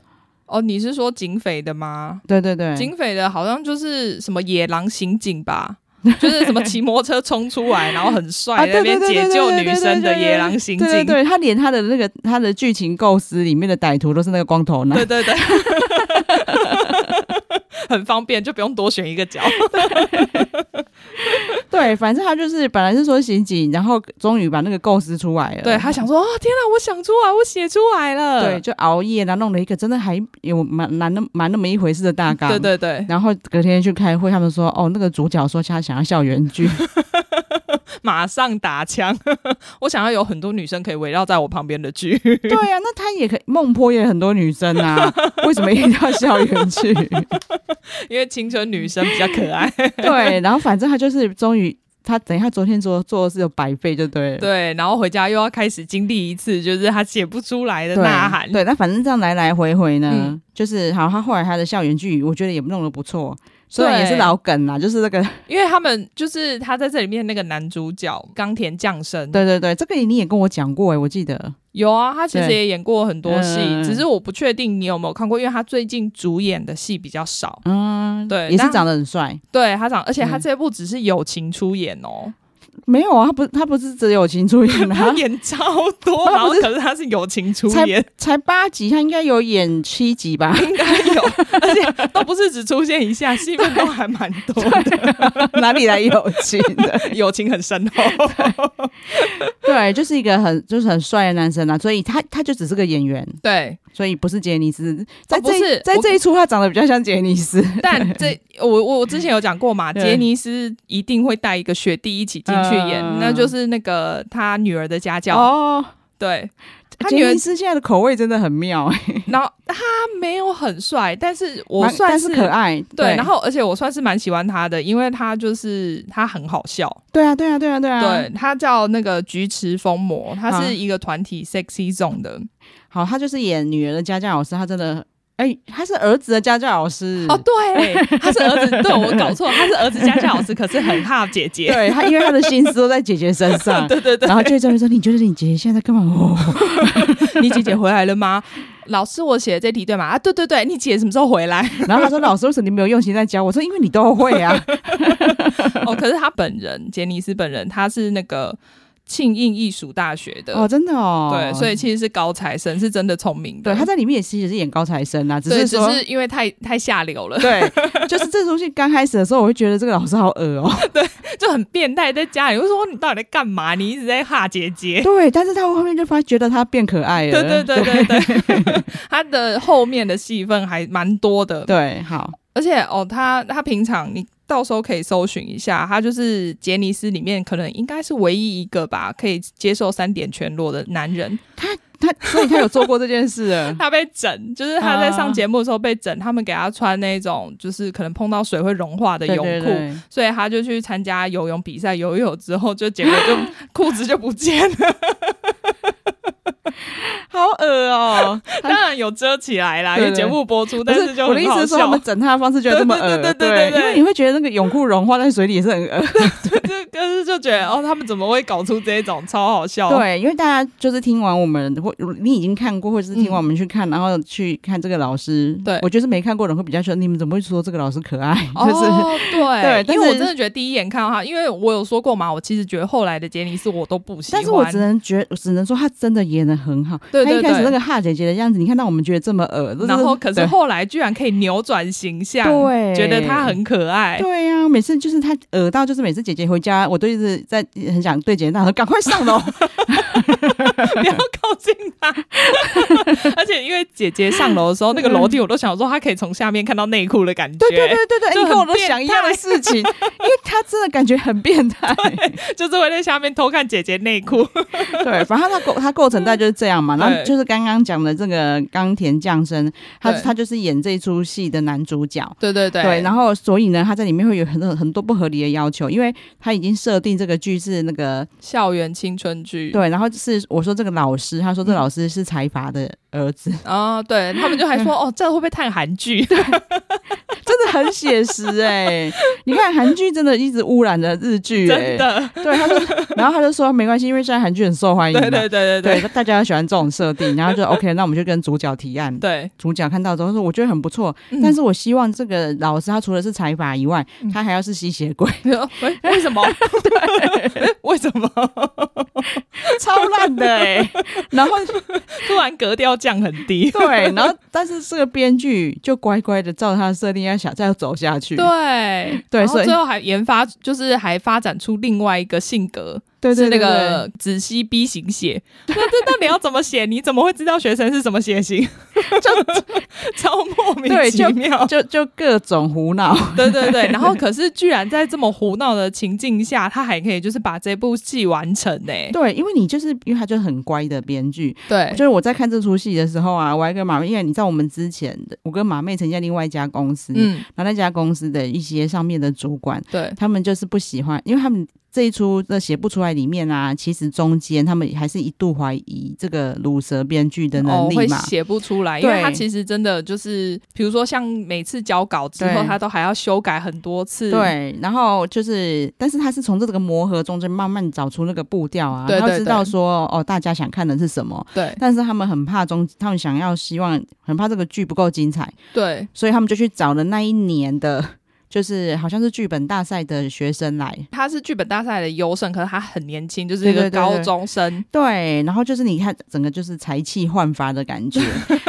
Speaker 2: 哦，你是说警匪的吗？
Speaker 3: 对对对，
Speaker 2: 警匪的好像就是什么野狼刑警吧，就是什么骑摩托车冲出来，然后很 帅
Speaker 3: 啊，
Speaker 2: 在那
Speaker 3: 对对
Speaker 2: 边
Speaker 3: 对对
Speaker 2: 解
Speaker 3: 对
Speaker 2: 救
Speaker 3: 对
Speaker 2: 女
Speaker 3: 对
Speaker 2: 生的
Speaker 3: 对
Speaker 2: 野狼刑警。
Speaker 3: 对对对，他连他的那个他的剧情构思里面的歹徒都是那个光头男
Speaker 2: 对，对 对，很方便，就不用多选一个角。
Speaker 3: 对，反正他就是本来是说刑警，然后终于把那个构思出来了，
Speaker 2: 对他想说啊，天哪，我想出来，我写出来了。
Speaker 3: 对，就熬夜，然后弄了一个真的还有蛮蛮那蛮那么一回事的大纲，
Speaker 2: 对对对，
Speaker 3: 然后隔天去开会，他们说哦，那个主角说他想要校园 剧，
Speaker 2: 马上打枪。 我想要有很多女生可以围绕在我旁边的剧。
Speaker 3: 对啊，那他也可以，孟婆也有很多女生啊，为什么一定要校园剧？
Speaker 2: 因为青春女生比较可爱。
Speaker 3: 对，然后反正他就是终于，他等一下昨天做做的事有白费就 对了。
Speaker 2: 对，然后回家又要开始经历一次，就是她写不出来的
Speaker 3: 对
Speaker 2: 呐喊。
Speaker 3: 对，那反正这样来来回回呢，
Speaker 2: 嗯
Speaker 3: 就是好。他后来他的校园剧，我觉得也弄得不错，虽然也是
Speaker 2: 对
Speaker 3: 老梗啦，就是这个，
Speaker 2: 因为他们就是他在这里面那个男主角冈田将生，
Speaker 3: 对对对，这个你也跟我讲过哎、我记得
Speaker 2: 有啊，他其实
Speaker 3: 对
Speaker 2: 也演过很多戏，
Speaker 3: 嗯嗯嗯
Speaker 2: 只是我不确定你有没有看过，因为他最近主演的戏比较少。
Speaker 3: 嗯，也
Speaker 2: 对
Speaker 3: 是
Speaker 2: 那
Speaker 3: 长得很帅。
Speaker 2: 对他长，而且他
Speaker 3: 嗯
Speaker 2: 这部只是友情出演哦，
Speaker 3: 没有啊，他不，他不是只有情出演
Speaker 2: 他
Speaker 3: 啊，
Speaker 2: 演超多，
Speaker 3: 他
Speaker 2: 然后
Speaker 3: 不是
Speaker 2: 可是他是友情出
Speaker 3: 才
Speaker 2: 演，
Speaker 3: 才八集，他应该有演七集吧？
Speaker 2: 应该有， 而且都不是只出现一下，戏份都还蛮多的，
Speaker 3: 哪里来友情的？
Speaker 2: 友情很深哦厚。
Speaker 3: 对，就是一个很就是很帅的男生啊，所以他他就只是个演员，
Speaker 2: 对，
Speaker 3: 所以不是杰尼斯。在
Speaker 2: 不
Speaker 3: 这一、
Speaker 2: 是
Speaker 3: 在
Speaker 2: 我
Speaker 3: 这一出，他长得比较像杰尼斯。
Speaker 2: 但这我我我之前有讲过嘛，
Speaker 3: 对
Speaker 2: 杰尼斯一定会带一个学弟一起进去演，
Speaker 3: 嗯
Speaker 2: 那就是那个他女儿的家教。
Speaker 3: 哦，
Speaker 2: 对，他女
Speaker 3: 杰
Speaker 2: 儿
Speaker 3: 尼，斯现在的口味真的很妙、哎，
Speaker 2: 然后他没有很帅，但是我
Speaker 3: 蛮
Speaker 2: 算
Speaker 3: 但是可爱。
Speaker 2: 对，然后而且我算是蛮喜欢他的，因为他就是他很好笑。
Speaker 3: 对啊，对啊，对啊，对啊。
Speaker 2: 对，他叫那个菊池风魔，他
Speaker 3: 啊
Speaker 2: 是一个团体 sexy zone 的。
Speaker 3: 好，他就是演女儿的家教老师，他真的，哎、他是儿子的家教老师。
Speaker 2: 哦，对，他是儿子，对我搞错，他是儿子家教老师，可是很怕姐姐。
Speaker 3: 对他，因为他的心思都在姐姐身上。
Speaker 2: 对对对，
Speaker 3: 然后就在那边说：“你觉得你姐姐现在在干嘛？” 哦，
Speaker 2: 你姐姐回来了吗？老师，我写的这题对吗？啊，对对对，你姐什么时候回来？
Speaker 3: 然后他说：“老师，为什么你没有用心在教我？”我说：“因为你都会啊。
Speaker 2: 哦，可是他本人，杰尼斯本人，他是那个庆应艺术大学”的，
Speaker 3: 哦，真的哦。
Speaker 2: 对，所以其实是高材生，是真的聪明的。
Speaker 3: 对，他在里面也其实是演高材生啊，只
Speaker 2: 对
Speaker 3: 是
Speaker 2: 只
Speaker 3: 说，
Speaker 2: 是因为太太下流了，
Speaker 3: 对，就是这出戏刚开始的时候，我会觉得这个老师好恶 哦、
Speaker 2: 就很变态，在家里我就说你到底在干嘛？你一直在哈姐姐。
Speaker 3: 对，但是他后面就发觉得他变可爱了。
Speaker 2: 对对对对对， 他的后面的戏份还蛮多的，
Speaker 3: 对，好，
Speaker 2: 而且哦，他他平常你到时候可以搜寻一下，他就是杰尼斯里面可能应该是唯一一个吧，可以接受三点全裸的男人。。
Speaker 3: 他所以他有做过这件事了
Speaker 2: 他被整，就是他在上节目的时候被整，他们给他穿那种就是可能碰到水会融化的
Speaker 3: 对
Speaker 2: 泳裤。
Speaker 3: 对对，
Speaker 2: 所以他就去参加游泳比 赛，游一游之后，就结果就裤子就不见了。
Speaker 3: 好恶哦、
Speaker 2: 当然有遮起来啦，因
Speaker 3: 对
Speaker 2: 为节目播出， 但
Speaker 3: 不
Speaker 2: 是
Speaker 3: 是
Speaker 2: 就
Speaker 3: 我的
Speaker 2: 很
Speaker 3: 意思
Speaker 2: 好
Speaker 3: 是说，他
Speaker 2: 笑
Speaker 3: 们。整他的方式就这么恶，
Speaker 2: 对对对对对对
Speaker 3: 因为你会觉得那个泳裤融化在水里也是很恶。
Speaker 2: 这 但是就觉得哦，他们怎么会搞出这一种，超好笑。，
Speaker 3: 对，因为大家就是听完我们或你已经看过，或者是听完我们去看，然后去看这个老师。
Speaker 2: 对
Speaker 3: 我觉得是没看过的人会比较说，你们怎么会说这个老师可爱？ 就是、
Speaker 2: 哦，对，
Speaker 3: 对但
Speaker 2: 因为我
Speaker 3: 是
Speaker 2: 真的觉得第一眼看到他，因为我有说过嘛，我其实觉得后来的杰尼斯我都不喜欢。
Speaker 3: 但是我只能觉，我只能说他真的演的很好。
Speaker 2: 对对
Speaker 3: 他一开始
Speaker 2: 对
Speaker 3: 那个哈姐姐的样子，你看到我们觉得这么恶，
Speaker 2: 然后可是
Speaker 3: 对
Speaker 2: 后来居然可以扭转形象，
Speaker 3: 对
Speaker 2: 觉得他很可 爱。
Speaker 3: 对呀、每次就是他耳到，就是每次姐姐回家，我都一直在很想对姐姐大说：“赶快上 楼
Speaker 2: 不要靠近他。 而且因为姐姐上楼的时候，那个楼梯我都想说，她可以从下面看到内裤的感觉。！”
Speaker 3: 对对对对对，
Speaker 2: 就
Speaker 3: 你跟我
Speaker 2: 很
Speaker 3: 都
Speaker 2: 变
Speaker 3: 想一样的
Speaker 2: 态
Speaker 3: 事情，因为他真的感觉很变 态。
Speaker 2: 就是会在下面偷看姐姐内裤。
Speaker 3: 对，反正他构他构成大概就是这样嘛。然后
Speaker 2: 对
Speaker 3: 就是刚刚讲的这个冈田将生，他
Speaker 2: 对
Speaker 3: 他就是演这出戏的男主角。
Speaker 2: 对对对
Speaker 3: 然后所以呢，他在里面会有很多很多不合理的要求，因为他已经设定这个剧是那个
Speaker 2: 校园青春剧。
Speaker 3: 对，然后是我说这个老师，他说
Speaker 2: 嗯
Speaker 3: 这老师是财阀的儿 子，
Speaker 2: 啊，对他们就还 说哦，这会不会太韩剧？
Speaker 3: 真的很写实哎、你看韩剧真的一直污染了日剧、哎
Speaker 2: 真，的，
Speaker 3: 对，他说，然后他就说没关系，因为现在韩剧很受欢迎
Speaker 2: 对
Speaker 3: 嘛，
Speaker 2: 对对对
Speaker 3: 对
Speaker 2: 对
Speaker 3: 大家喜欢这种设定，然后就 OK，那我们就跟主角提案，
Speaker 2: 对，
Speaker 3: 主角看到之后说我觉得很不错，
Speaker 2: 嗯
Speaker 3: 但是我希望这个老师他除了是财阀以外，
Speaker 2: 嗯
Speaker 3: 他还要是吸血 鬼，
Speaker 2: 为为什么？对，为什么
Speaker 3: 超烂的哎、
Speaker 2: 欸
Speaker 3: 然后
Speaker 2: 突然格调降很低？
Speaker 3: 对，然后但是这个编剧就乖乖的照他的设定要想再走下去，
Speaker 2: 对啊
Speaker 3: 对
Speaker 2: 然后
Speaker 3: 所以
Speaker 2: 最后还研发，就是还发展出另外一个性格，
Speaker 3: 对对对
Speaker 2: 是那
Speaker 3: 对
Speaker 2: 个子熙 B 型血。 那这到底要怎么写？你怎么会知道学生是什么血型？ 就 超莫名
Speaker 3: 对
Speaker 2: 其妙。
Speaker 3: 就就各种胡闹，
Speaker 2: 对对 对，然后可是居然在这么胡闹的情境下，他还可以就是把这部戏完成欸呢、
Speaker 3: 对，因为你就是因为他就是很乖的编剧，
Speaker 2: 对
Speaker 3: 就是我在看这出戏的时候啊，我还跟马妹，因为你知道我们之前的，我跟马妹曾经在另外一家公司，嗯，
Speaker 2: 嗯，
Speaker 3: 然后那家公司的一些上面的主管，
Speaker 2: 对
Speaker 3: 他们就是不喜欢，因为他们这一出的写不出来里面啊，其实中间他们还是一度怀疑这个鲁蛇编剧的能
Speaker 2: 哦、会
Speaker 3: 力嘛。
Speaker 2: 写不出来，因为
Speaker 3: 对
Speaker 2: 他其实真的就是，比如说像每次交稿之后，
Speaker 3: 对
Speaker 2: 他都还要修改很多次。
Speaker 3: 对，然后就是，但是他是从这个磨合中间慢慢找出那个步调啊，
Speaker 2: 对
Speaker 3: 然后
Speaker 2: 对
Speaker 3: 知道
Speaker 2: 对
Speaker 3: 说哦，大家想看的是什么，
Speaker 2: 对
Speaker 3: 但是他们很怕中，他们想要希望很怕这个剧不够精彩，
Speaker 2: 对，
Speaker 3: 所以他们就去找了那一年的，就是好像是剧本大赛的学生来。
Speaker 2: 他是剧本大赛的优胜，可是他很年轻，就是一
Speaker 3: 对
Speaker 2: 个
Speaker 3: 对对
Speaker 2: 高
Speaker 3: 对
Speaker 2: 中生，
Speaker 3: 对，然后就是你看整个就是才气焕发的感 觉，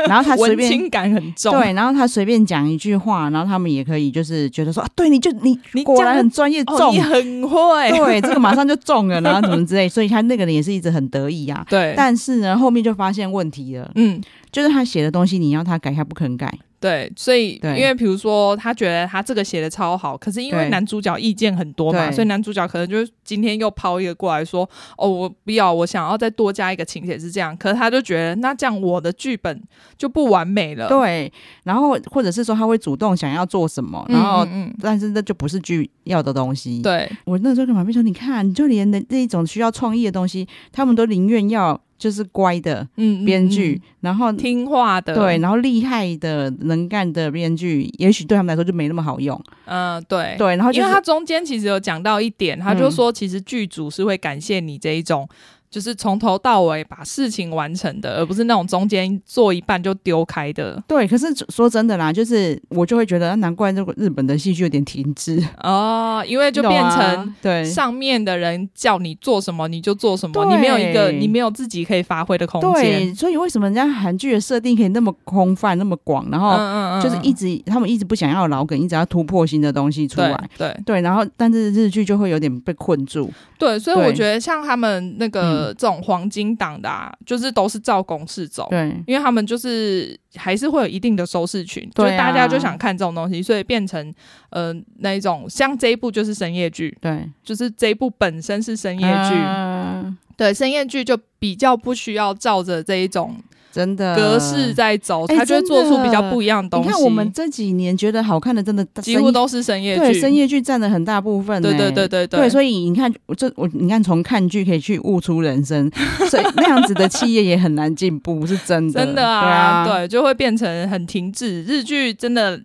Speaker 3: 然后他随
Speaker 2: 文
Speaker 3: 便
Speaker 2: 青感很重。
Speaker 3: 对，然后他随便讲一句话，然后他们也可以就是觉得说啊，对，你就你
Speaker 2: 你
Speaker 3: 果
Speaker 2: 讲
Speaker 3: 然
Speaker 2: 得
Speaker 3: 很专业
Speaker 2: 哦，
Speaker 3: 中
Speaker 2: 你，很会。
Speaker 3: 对，这个马上就中了，然后怎么之类，所以他那个人也是一直很得意啊。
Speaker 2: 对，
Speaker 3: 但是呢，后面就发现问题了，
Speaker 2: 嗯，
Speaker 3: 就是他写的东西，你要他改，他不肯改。
Speaker 2: 对，所以
Speaker 3: 对
Speaker 2: 因为比如说他觉得他这个写的超好，可是因为
Speaker 3: 对
Speaker 2: 男主角意见很多嘛，
Speaker 3: 对
Speaker 2: 所以男主角可能就是今天又抛一个过来说，哦，我不要，我想要再多加一个情节是这样，可是他就觉得那这样我的剧本就不完美了。
Speaker 3: 对，然后或者是说他会主动想要做什么，
Speaker 2: 嗯，
Speaker 3: 然后
Speaker 2: 嗯嗯
Speaker 3: 但是那就不是剧要的东西。，
Speaker 2: 对
Speaker 3: 我那时候跟马妹说，你看，你就连那那一种需要创意的东西，他们都宁愿要就是乖的
Speaker 2: 嗯嗯
Speaker 3: 编剧，然后
Speaker 2: 嗯听话的，
Speaker 3: 对，，然后厉害的能干的编剧，也许对他们来说就没那么好用。
Speaker 2: 嗯，对。
Speaker 3: 对，然后
Speaker 2: 因
Speaker 3: 就
Speaker 2: 为
Speaker 3: 是嗯
Speaker 2: 他中间其实有讲到一点，他就说其实剧组是会感谢你这一种，就是从头到尾把事情完成的，而不是那种中间做一半就丢开的。
Speaker 3: 对，可是说真的啦，就是我就会觉得，啊难怪这个日本的戏剧有点停滞，
Speaker 2: 哦，因为 就
Speaker 3: 你懂
Speaker 2: 变
Speaker 3: 啊
Speaker 2: 成
Speaker 3: 对。
Speaker 2: 上面的人叫你做什么你就做什么，
Speaker 3: 对
Speaker 2: 你没有一个你没有自己可以发挥的空间
Speaker 3: 对，。所以为什么人家韩剧的设定可以那么空泛、那么广，然后
Speaker 2: 嗯
Speaker 3: 就是一直、他们一直不想要老梗，一直要突破新的东西出
Speaker 2: 对
Speaker 3: 来。
Speaker 2: 对
Speaker 3: 对，然后但是日剧就会有点被困住。
Speaker 2: 对，所以我
Speaker 3: 对嗯
Speaker 2: 觉得像他们那个这种黄金档的，啊，就是都是照公式走。
Speaker 3: 对，
Speaker 2: 因为他们就是还是会有一定的收视群，
Speaker 3: 对啊
Speaker 2: 就是大家就想看这种东西，所以变成呃那一种像这一部就是深夜剧，
Speaker 3: 对，
Speaker 2: 就是这一部本身是深夜剧，
Speaker 3: 啊
Speaker 2: 对深夜剧就比较不需要照着这一种
Speaker 3: 真的
Speaker 2: 格式在走，
Speaker 3: 呃哎
Speaker 2: 他就会
Speaker 3: 真
Speaker 2: 做出
Speaker 3: 的
Speaker 2: 比较不一样的东
Speaker 3: 你
Speaker 2: 西。
Speaker 3: 看我们这几年觉得好看的，真的
Speaker 2: 几乎都是深夜
Speaker 3: 深夜对
Speaker 2: 剧，
Speaker 3: 深夜剧占了很大部分、欸
Speaker 2: 对对对。对
Speaker 3: 对，所以你看，我这我你看，从看剧可以去悟出人生，所以那样子的企业也很难进步，是真的，
Speaker 2: 真的啊，对，就会变成很停滞。日剧真的，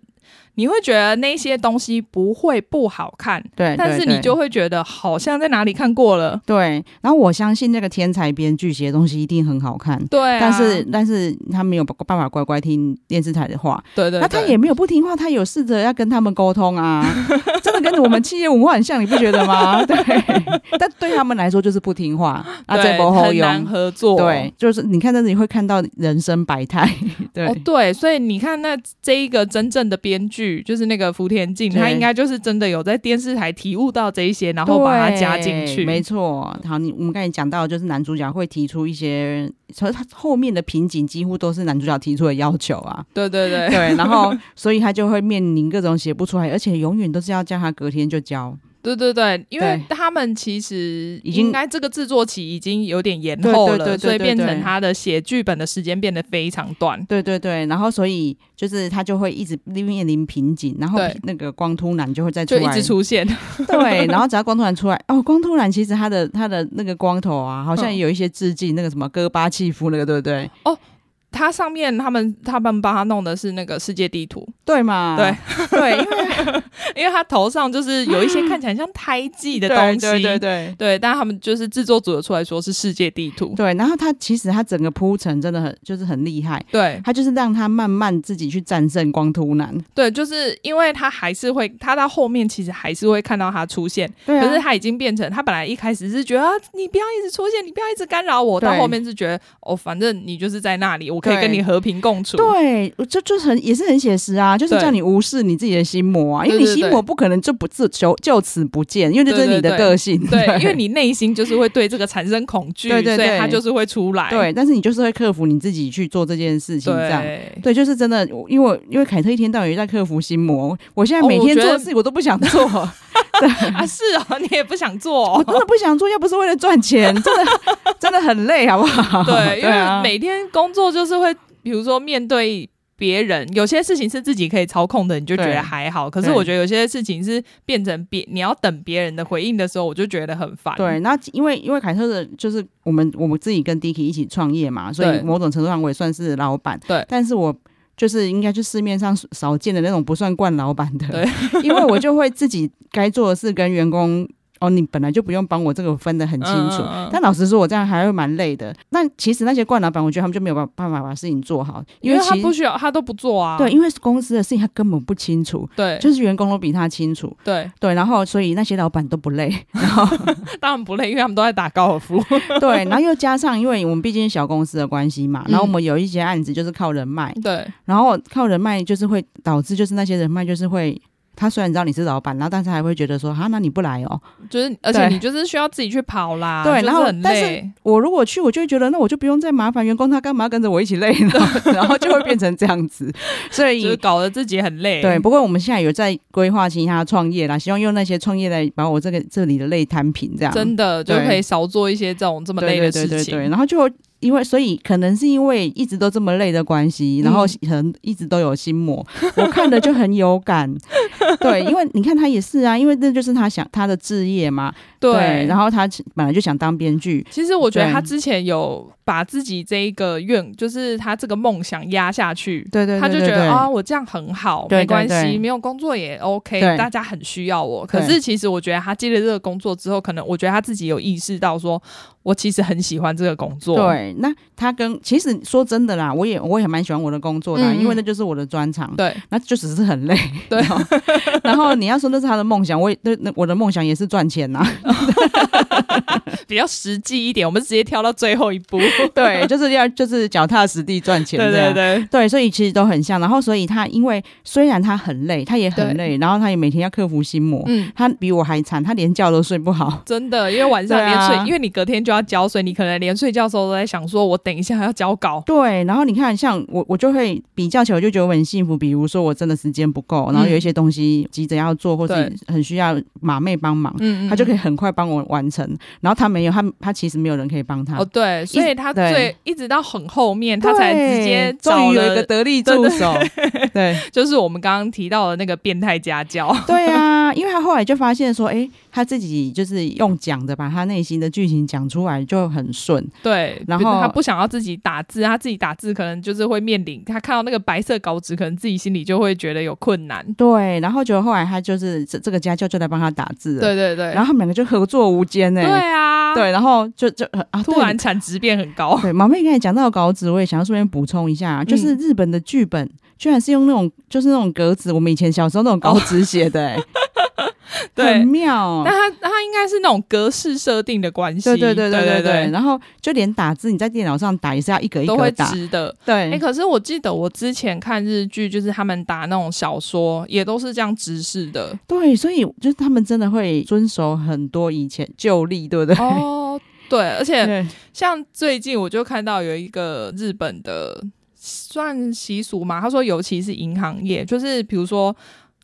Speaker 2: 你会觉得那些东西不会不好看，
Speaker 3: 对对，
Speaker 2: 但是
Speaker 3: 哎对
Speaker 2: 你就会觉得好像在哪里看过了。
Speaker 3: 对。然后我相信那个天才编剧写的东西一定很好看，
Speaker 2: 对啊，
Speaker 3: 但是但是他没有办法乖乖听电视台的话，
Speaker 2: 对对，
Speaker 3: 那他
Speaker 2: 对
Speaker 3: 也没有不听话，他有试着要跟他们沟通 啊，真的跟我们企业文化很像，你不觉得吗？ 对，但对他们来说就是不听话啊，这
Speaker 2: 对
Speaker 3: 不好
Speaker 2: 很难
Speaker 3: 用。
Speaker 2: 合作。
Speaker 3: 对，就是你看在这里会看到人生百态， 对、
Speaker 2: 哦，对，所以你看，那这一个真正的编剧就是那个福田静，
Speaker 3: 对
Speaker 2: 他应该就是真的有在电视台体悟到这一些，然后把它加进去。
Speaker 3: 对没错。好，你我们刚才讲到，就是男主角会提出一些，所以他后面的瓶颈几乎都是男主角提出的要求啊。
Speaker 2: 对对 对，
Speaker 3: 对，然后所以他就会面临各种写不出来，而且永远都是要叫他隔天就交。
Speaker 2: 对对对，因为
Speaker 3: 对
Speaker 2: 他们其实
Speaker 3: 已经
Speaker 2: 应该这个制作期已经有点延后
Speaker 3: 对对对对
Speaker 2: 了，所以
Speaker 3: 对
Speaker 2: 变
Speaker 3: 对
Speaker 2: 成他的写剧本的时间变得非常短。
Speaker 3: 对对对，然后所以就是他就会一直面临瓶颈，然后
Speaker 2: 对
Speaker 3: 瓶那个光突然就会再出
Speaker 2: 就一
Speaker 3: 来，
Speaker 2: 直出现，
Speaker 3: 对，然后只要光突然出来，哦，光突然其实他的他的那个光头啊，好像
Speaker 2: 嗯
Speaker 3: 有一些致敬那个什么戈巴契夫那个，对不对？
Speaker 2: 它上面他们他们帮他弄的是那个世界地图，
Speaker 3: 对嘛？
Speaker 2: 对
Speaker 3: 对，因为
Speaker 2: 因为他头上就是有一些看起来像胎记的东西，
Speaker 3: 对对对对
Speaker 2: 对但他们就是制作组有出来说是世界地图，
Speaker 3: 对，然后他其实他整个铺陈真的很就是很厉害。
Speaker 2: 对
Speaker 3: 他就是让他慢慢自己去战胜光突然，
Speaker 2: 对，就是因为他还是会，他到后面其实还是会看到他出现，
Speaker 3: 对啊
Speaker 2: 可是他已经变成他本来一开始是觉得、啊、你不要一直出现，你不要一直干扰我，
Speaker 3: 对
Speaker 2: 到后面是觉得哦，反正你就是在那里，我可以
Speaker 3: 对
Speaker 2: 跟你和平共处，
Speaker 3: 对，这就是很也是很写实啊，就是
Speaker 2: 对
Speaker 3: 叫你无视你自己的心魔啊，因为
Speaker 2: 对
Speaker 3: 你
Speaker 2: 对
Speaker 3: 心
Speaker 2: 对
Speaker 3: 魔不可能就不自就就此不见，因为这
Speaker 2: 对
Speaker 3: 是你
Speaker 2: 对
Speaker 3: 的
Speaker 2: 对
Speaker 3: 个性，
Speaker 2: 对，因为你内心就是会对这个产生恐惧，
Speaker 3: 对对
Speaker 2: 所
Speaker 3: 对
Speaker 2: 以他就是会出来，
Speaker 3: 对，但是你就是会克服你自己去做这件事情，这样。
Speaker 2: 对。
Speaker 3: 对，就是真的，我因为我因为凯特一天到晚在克服心魔，我现在
Speaker 2: 哦
Speaker 3: 每
Speaker 2: 我
Speaker 3: 天
Speaker 2: 觉
Speaker 3: 做的
Speaker 2: 得
Speaker 3: 事我都不想 做，
Speaker 2: 啊，是哦，你也不想 做、
Speaker 3: 我真
Speaker 2: 哦。
Speaker 3: 的不想做，要不是为了赚钱，真的真的很累，好不 好？
Speaker 2: 对，因
Speaker 3: 啊
Speaker 2: 为每天工作就是会，比如说面对别人，有些事情是自己可以操控的，你就觉
Speaker 3: 对
Speaker 2: 得还好。可是
Speaker 3: 对
Speaker 2: 我觉得有些事情是变成别你要等别人的回应的时候，我就觉得很烦。
Speaker 3: 对，那因为因为凯特的就是我们我们自己跟 Dicky 一起创业嘛，所以
Speaker 2: 对
Speaker 3: 某种程度上我也算是老板。
Speaker 2: 对
Speaker 3: 但是我就是应该就市面上少见的那种不算惯老板的，
Speaker 2: 对，
Speaker 3: 因为我就会自己该做的事跟员工。哦，你本来就不用帮我这个分得很清楚，
Speaker 2: 嗯嗯嗯
Speaker 3: 但老实说，我这样还会蛮累的。那其实那些惯老板，我觉得他们就没有办办法把事情做好，
Speaker 2: 因
Speaker 3: 为
Speaker 2: 为
Speaker 3: 其
Speaker 2: 他
Speaker 3: 实
Speaker 2: 不需要，他都不做啊。
Speaker 3: 对，因为公司的事情他根本不清楚，
Speaker 2: 对
Speaker 3: 就是员工都比他清楚，
Speaker 2: 对，
Speaker 3: 对，然后所以那些老板都不 累，
Speaker 2: 当然不累，因为他们都在打高尔夫。
Speaker 3: 对，然后又加上，因为我们毕竟是小公司的关系嘛，
Speaker 2: 嗯
Speaker 3: 然后我们有一些案子就是靠人脉，
Speaker 2: 对
Speaker 3: 然后靠人脉就是会导致就是那些人脉就是会。他虽然知道你是老板，然后但是还会觉得说啊，那你不来哦。
Speaker 2: 就是而且
Speaker 3: 对
Speaker 2: 你就是需要自己去跑啦，
Speaker 3: 对
Speaker 2: 就是
Speaker 3: 然后
Speaker 2: 很
Speaker 3: 但是
Speaker 2: 累。
Speaker 3: 我如果去，我就会觉得那我就不用再麻烦员工，他干嘛要跟着我一起累呢？ 然后就会变成这样子。所
Speaker 2: 就是
Speaker 3: 以
Speaker 2: 搞得自己很累，
Speaker 3: 对，不过我们现在有在规划其他创业啦，希望用那些创业来把我这个这里的累摊平，这样
Speaker 2: 真的就
Speaker 3: 对
Speaker 2: 可以少做一些这种这么累的事情。
Speaker 3: 对对对对对，然后就因为所以可能是因为一直都这么累的关系，
Speaker 2: 嗯
Speaker 3: 然后很一直都有心魔，我看了就很有感。对，因为你看他也是啊，因为那就是他想他的置业嘛。
Speaker 2: 对
Speaker 3: 然后他本来就想当编剧，
Speaker 2: 其实我觉得
Speaker 3: 对
Speaker 2: 他之前有把自己这一个愿，就是他这个梦想压下去，
Speaker 3: 对对对
Speaker 2: 他就觉
Speaker 3: 对对
Speaker 2: 得啊、我这样很好，
Speaker 3: 对
Speaker 2: 没关
Speaker 3: 对对
Speaker 2: 系，没有工作也 OK，
Speaker 3: 对
Speaker 2: 大家很需要我。
Speaker 3: 对
Speaker 2: 可是其实我觉得他接了这个工作之后，可能我觉得他自己有意识到说，我其实很喜欢这个工作，
Speaker 3: 对，那他跟其实说真的啦，我也我也蛮喜欢我的工作的啊、
Speaker 2: 嗯嗯
Speaker 3: 因为那就是我的专长。
Speaker 2: 对
Speaker 3: 那就只是很累，
Speaker 2: 对
Speaker 3: 然后。然后你要说那是他的梦想，我也那那我的梦想也是赚钱呐、
Speaker 2: 比较实际一点。我们直接跳到最后一步，
Speaker 3: 对，就是要就是脚踏实地赚 钱。
Speaker 2: 对对对
Speaker 3: 对，所以其实都很像。然后，所以他因为虽然他很累，他也很累，然后他也每天要克服心魔。
Speaker 2: 嗯。
Speaker 3: 他比我还惨，他连觉都睡不好。
Speaker 2: 真的，因为晚上
Speaker 3: 对
Speaker 2: 连
Speaker 3: 啊
Speaker 2: 睡，因为你隔天就要交，所以你可能连睡觉的时候都在想说我等一下要交稿，
Speaker 3: 对，然后你看，像我，我就会比较起来，我就觉得我很幸福。比如说，我真的时间不够，然后有一些东西急着要做，或是
Speaker 2: 嗯对
Speaker 3: 很需要马妹帮忙，
Speaker 2: 嗯
Speaker 3: 她就可
Speaker 2: 以。
Speaker 3: 以很快帮我完成。然后她没有，她她其实没有人可以帮她
Speaker 2: 哦，，对，所以他
Speaker 3: 对
Speaker 2: 最一直到很后面，他才
Speaker 3: 对
Speaker 2: 直接
Speaker 3: 终
Speaker 2: 找
Speaker 3: 于有一
Speaker 2: 了
Speaker 3: 个，得力
Speaker 2: 对
Speaker 3: 助
Speaker 2: 对
Speaker 3: 手，对
Speaker 2: 就是我们刚刚提到的那个变态 家教。
Speaker 3: 对啊，因为她后来就发现说，哎，她自己就是用讲的把她内心的剧情讲出来就很顺，
Speaker 2: 对，
Speaker 3: 然
Speaker 2: 比如
Speaker 3: 后
Speaker 2: 他不想要自己打字，他自己打字可能就是会面临他看到那个白色稿纸，可能自己心里就会觉得有困难。
Speaker 3: 对，然后结果后来她就是这这个家教就来帮她打字了，
Speaker 2: 对对对，
Speaker 3: 然后他们两个就合作无间呢、
Speaker 2: 对啊，，
Speaker 3: 对，嗯然后就就啊，
Speaker 2: 突
Speaker 3: 对
Speaker 2: 然产值变很高。
Speaker 3: 对，毛妹刚才讲到稿纸，我也想要顺便补充一
Speaker 2: 嗯
Speaker 3: 下，啊就是日本的剧本。居然是用那种，就是那种格子，我们以前小时候那种稿纸写 的、欸，
Speaker 2: 对
Speaker 3: 很，妙哦
Speaker 2: 但。他他应该是那种格式设定的关系，
Speaker 3: 对对对
Speaker 2: 对
Speaker 3: 对对对，
Speaker 2: 对
Speaker 3: 然后就连打字，你在电脑上打也是要一格一
Speaker 2: 都
Speaker 3: 格
Speaker 2: 会
Speaker 3: 打，
Speaker 2: 直的。哎、
Speaker 3: 对，
Speaker 2: 可是我记得我之前看日剧，就是他们打那种小说，也都是这样直视的。
Speaker 3: 对，所以就是他们真的会遵守很多以前旧例，对不对？
Speaker 2: 哦，对，而且
Speaker 3: 对，
Speaker 2: 像最近我就看到有一个日本的算习俗嘛，他说尤其是银行业，就是比如说。